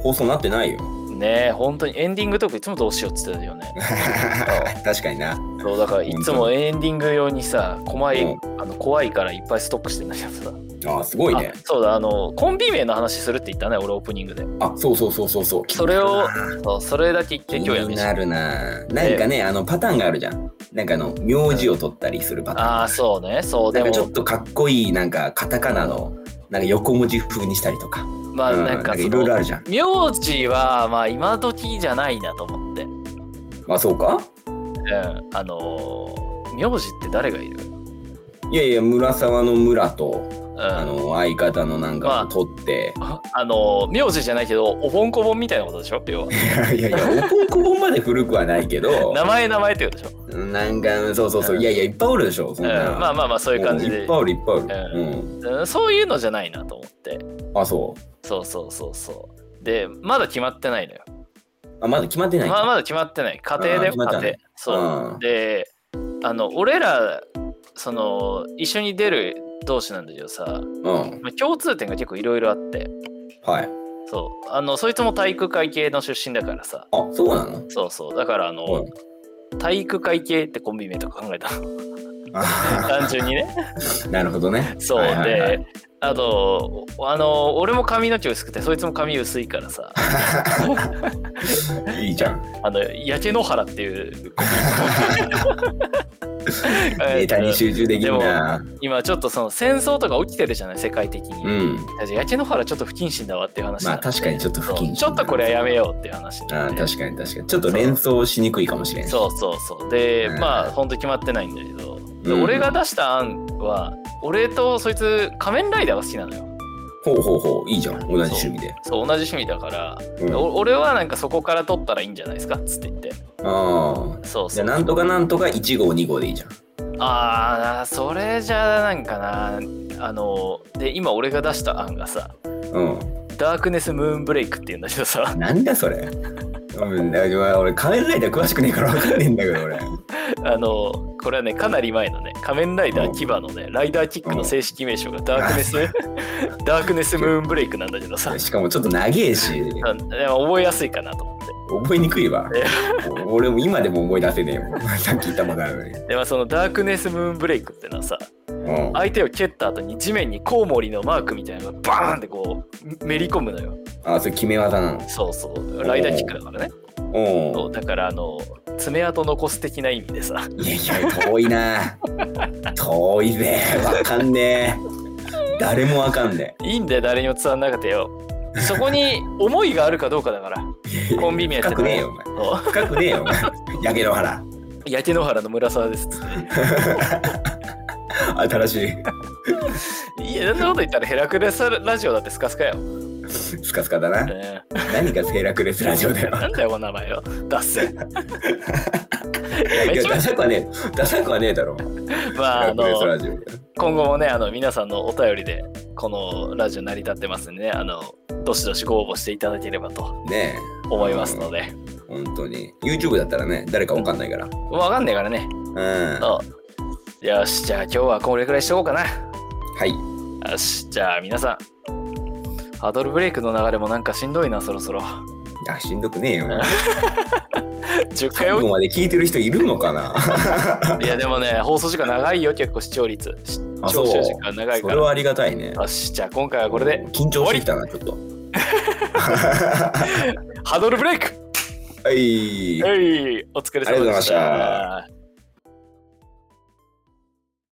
[SPEAKER 3] 放送なってな
[SPEAKER 2] <laughs>
[SPEAKER 3] いよ
[SPEAKER 2] ね本当にエンディングトークいつもどうしようって言ってたよ
[SPEAKER 3] <laughs>
[SPEAKER 2] ね
[SPEAKER 3] 確かにな
[SPEAKER 2] そうだからいつもエンディング用にさ怖い、
[SPEAKER 3] うん
[SPEAKER 2] あの怖いからいっぱいストックしてんだけどさ
[SPEAKER 3] あすごいね
[SPEAKER 2] あそうだあのコンビ名の話するって言ったね俺オープニングで
[SPEAKER 3] あそうそうそうそうそう
[SPEAKER 2] それをそうそれだけ言って
[SPEAKER 3] 気
[SPEAKER 2] 今
[SPEAKER 3] に
[SPEAKER 2] 日やめし
[SPEAKER 3] なるななんかねあのパターンがあるじゃんなんかあの名字を取ったりするパターン
[SPEAKER 2] ああそうねそう
[SPEAKER 3] な
[SPEAKER 2] で
[SPEAKER 3] ん
[SPEAKER 2] も
[SPEAKER 3] かちょっとかっこいいなんかカタカナのなんか横文字風にしたりとか
[SPEAKER 2] まあ
[SPEAKER 3] うん
[SPEAKER 2] なんか
[SPEAKER 3] い
[SPEAKER 2] そ
[SPEAKER 3] ろいろあ
[SPEAKER 2] の
[SPEAKER 3] るじゃん
[SPEAKER 2] 名字はまあ今時じゃないなと思って、うん、
[SPEAKER 3] まあそうか
[SPEAKER 2] あのー名字って誰がいる、
[SPEAKER 3] いやいや村沢の村と
[SPEAKER 2] うん、
[SPEAKER 3] あの相方のな
[SPEAKER 2] ま
[SPEAKER 3] んか
[SPEAKER 2] あ
[SPEAKER 3] を取って、 <laughs>
[SPEAKER 2] あの名字じゃないけどおぼんこぼんみたいなことでしょ要はい
[SPEAKER 3] やいやおこんこぼんまで古くはないけ
[SPEAKER 2] <laughs>
[SPEAKER 3] ど
[SPEAKER 2] 名前名前ってことでしょ、
[SPEAKER 3] なんかそうそうそう、
[SPEAKER 2] うん
[SPEAKER 3] いやいやいっぱいおるでしょそ
[SPEAKER 2] うんん、
[SPEAKER 3] な、
[SPEAKER 2] まあまあまあそういう感じ
[SPEAKER 3] うんい
[SPEAKER 2] で
[SPEAKER 3] っぱいおるいっぱいおる、
[SPEAKER 2] う
[SPEAKER 3] うん
[SPEAKER 2] うんそういうのじゃないなと思って
[SPEAKER 3] あそう
[SPEAKER 2] そうそうそうそうでまだ決まってないのよ、
[SPEAKER 3] あまだ決まってない
[SPEAKER 2] まあ、まだ決まってない家庭だ
[SPEAKER 3] あ
[SPEAKER 2] よ
[SPEAKER 3] ー決まって
[SPEAKER 2] 家
[SPEAKER 3] ない
[SPEAKER 2] 庭そう、
[SPEAKER 3] うん
[SPEAKER 2] であの俺らその一緒に出る同士なんだけどさ
[SPEAKER 3] うん
[SPEAKER 2] まあ共通点が結構いろいろあって
[SPEAKER 3] はい
[SPEAKER 2] そうあのそいつも体育会系の出身だからさ
[SPEAKER 3] あそうなの
[SPEAKER 2] そうそうだからあの、
[SPEAKER 3] うん
[SPEAKER 2] 体育会系ってコンビ名とか考え
[SPEAKER 3] <laughs>
[SPEAKER 2] たの単純にね
[SPEAKER 3] なるほど
[SPEAKER 2] <laughs>
[SPEAKER 3] ね。
[SPEAKER 2] そう、
[SPEAKER 3] はいはいはい
[SPEAKER 2] で、あと、あの、俺も髪の毛薄くて、そいつも髪薄いから
[SPEAKER 3] <laughs>
[SPEAKER 2] さ、
[SPEAKER 3] いいじゃん。
[SPEAKER 2] あの、焼け野原って
[SPEAKER 3] <laughs>
[SPEAKER 2] いう。
[SPEAKER 3] ネタに集中できるな。
[SPEAKER 2] 今ちょっとその戦争とか起きてるじゃない世界的に、
[SPEAKER 3] うん。
[SPEAKER 2] じゃあ焼け野原ちょっと不謹慎だわっていう話に
[SPEAKER 3] ま
[SPEAKER 2] な
[SPEAKER 3] あ
[SPEAKER 2] って
[SPEAKER 3] 確かにちょっと不
[SPEAKER 2] そう
[SPEAKER 3] 謹慎。
[SPEAKER 2] ちょっとこれはやめようっていう話に
[SPEAKER 3] あ
[SPEAKER 2] なっ
[SPEAKER 3] ー
[SPEAKER 2] て
[SPEAKER 3] 確かに確かに。ちょっと連想しにくいかもしれない。
[SPEAKER 2] そうそうそうで、
[SPEAKER 3] うん
[SPEAKER 2] まあほんと決まってないんだけど、で
[SPEAKER 3] うん
[SPEAKER 2] 俺が出した案は俺とそいつ仮面ライダーが好きなのよ
[SPEAKER 3] ほうほうほう。いいじゃん。同じ趣味で。
[SPEAKER 2] そう同じ趣味だから、
[SPEAKER 3] うん
[SPEAKER 2] お俺はなんかそこから取ったらいいんじゃないですかっつって言って
[SPEAKER 3] ああ。
[SPEAKER 2] そう
[SPEAKER 3] じ
[SPEAKER 2] そ
[SPEAKER 3] ゃあ
[SPEAKER 2] う
[SPEAKER 3] なんとかなんとか1号2号でいいじゃん。
[SPEAKER 2] ああそれじゃなんかなあので今俺が出した案がさ
[SPEAKER 3] う
[SPEAKER 2] ダークネスムーンブレイクっていうんだけどさ
[SPEAKER 3] ん。なんだそれ。
[SPEAKER 2] <laughs>
[SPEAKER 3] うん、だから俺仮面ライダー詳しくねえから分かんねえんだけど俺。
[SPEAKER 2] あのここれはね、かなり前のね、仮面ライダー牙のね、ライダーキックの正式名称がダークネス、 <laughs> ダークネスムーンブレイクなんだけどさ、
[SPEAKER 3] しかもちょっと長えし、
[SPEAKER 2] あでも覚えやすいかなと思って。
[SPEAKER 3] 覚えにくいわ。 <laughs> 俺も今でも思い出せねえよ。 <laughs> さっき言ったことあるのに。
[SPEAKER 2] でもそのダークネスムーンブレイクってのはさ、
[SPEAKER 3] うん
[SPEAKER 2] 相手を蹴った後に地面にコウモリのマークみたいなのがバーンってこうめり込むのよ。
[SPEAKER 3] あ、それ決め技なの。
[SPEAKER 2] そうそう。ライダーキックだからね。
[SPEAKER 3] お
[SPEAKER 2] そうだからあの爪痕残す的な意味でさ。
[SPEAKER 3] いやいや、遠
[SPEAKER 2] <laughs>
[SPEAKER 3] いな。遠いぜ。わかんねえ。誰もわかんね
[SPEAKER 2] いいんだよ誰にも伝わんなくてよ。そこに思いがあるかどうかだ
[SPEAKER 3] <laughs>
[SPEAKER 2] から。
[SPEAKER 3] え。
[SPEAKER 2] コンビ名やって
[SPEAKER 3] 深くねえよ、お前。
[SPEAKER 2] そう
[SPEAKER 3] 深くねえよ、お前。やけど原。
[SPEAKER 2] 焼け野原の村沢です。
[SPEAKER 3] 新し
[SPEAKER 2] いや、そんなこと言ったらヘラクレスラジオだってスカスカよ。
[SPEAKER 3] <laughs> い。スカスカだな。
[SPEAKER 2] ね
[SPEAKER 3] 何がセーラクレスラジオだよ。
[SPEAKER 2] なんだよ、この名前よ。脱
[SPEAKER 3] <laughs>
[SPEAKER 2] 線。
[SPEAKER 3] い
[SPEAKER 2] め
[SPEAKER 3] や、
[SPEAKER 2] ちゃ
[SPEAKER 3] ダ
[SPEAKER 2] めち
[SPEAKER 3] サくはねえ。ダサくはねえだ
[SPEAKER 2] ゃ、
[SPEAKER 3] ろ。
[SPEAKER 2] まあ、あ
[SPEAKER 3] セーラクレス
[SPEAKER 2] の、
[SPEAKER 3] ラジオ。
[SPEAKER 2] 今後もね、あの、皆さんのお便りで、このラジオ成り立ってますんでね、あの、どしどしご応募していただければと
[SPEAKER 3] ねえ。
[SPEAKER 2] 思いますので。
[SPEAKER 3] 本当に。YouTube だったらね、誰かわかんないから。
[SPEAKER 2] わかんねえからね。
[SPEAKER 3] うん。は
[SPEAKER 2] そうよし、じゃあ今日はこれくらいしとこうかな。
[SPEAKER 3] い。
[SPEAKER 2] よし、じゃあ皆さん、ハードルブレイクの流れもなんかしんどいな、そろそろ。
[SPEAKER 3] あ、しんどくねえよ。
[SPEAKER 2] 10回
[SPEAKER 3] 最
[SPEAKER 2] お
[SPEAKER 3] 後まで聞いてる人いるのかな
[SPEAKER 2] いやでもね、放送時間長いよ、結構視聴率。視
[SPEAKER 3] あ
[SPEAKER 2] 聴
[SPEAKER 3] そう
[SPEAKER 2] 時間長い
[SPEAKER 3] そ
[SPEAKER 2] か
[SPEAKER 3] れ
[SPEAKER 2] ら。
[SPEAKER 3] はありがたいね。
[SPEAKER 2] よし、じゃあ今回はこれで、
[SPEAKER 3] 緊張してきたな、ちょっと。は
[SPEAKER 2] ハードルブレイク
[SPEAKER 3] い。
[SPEAKER 2] はい、お疲れ様でした。
[SPEAKER 3] ありがとうございました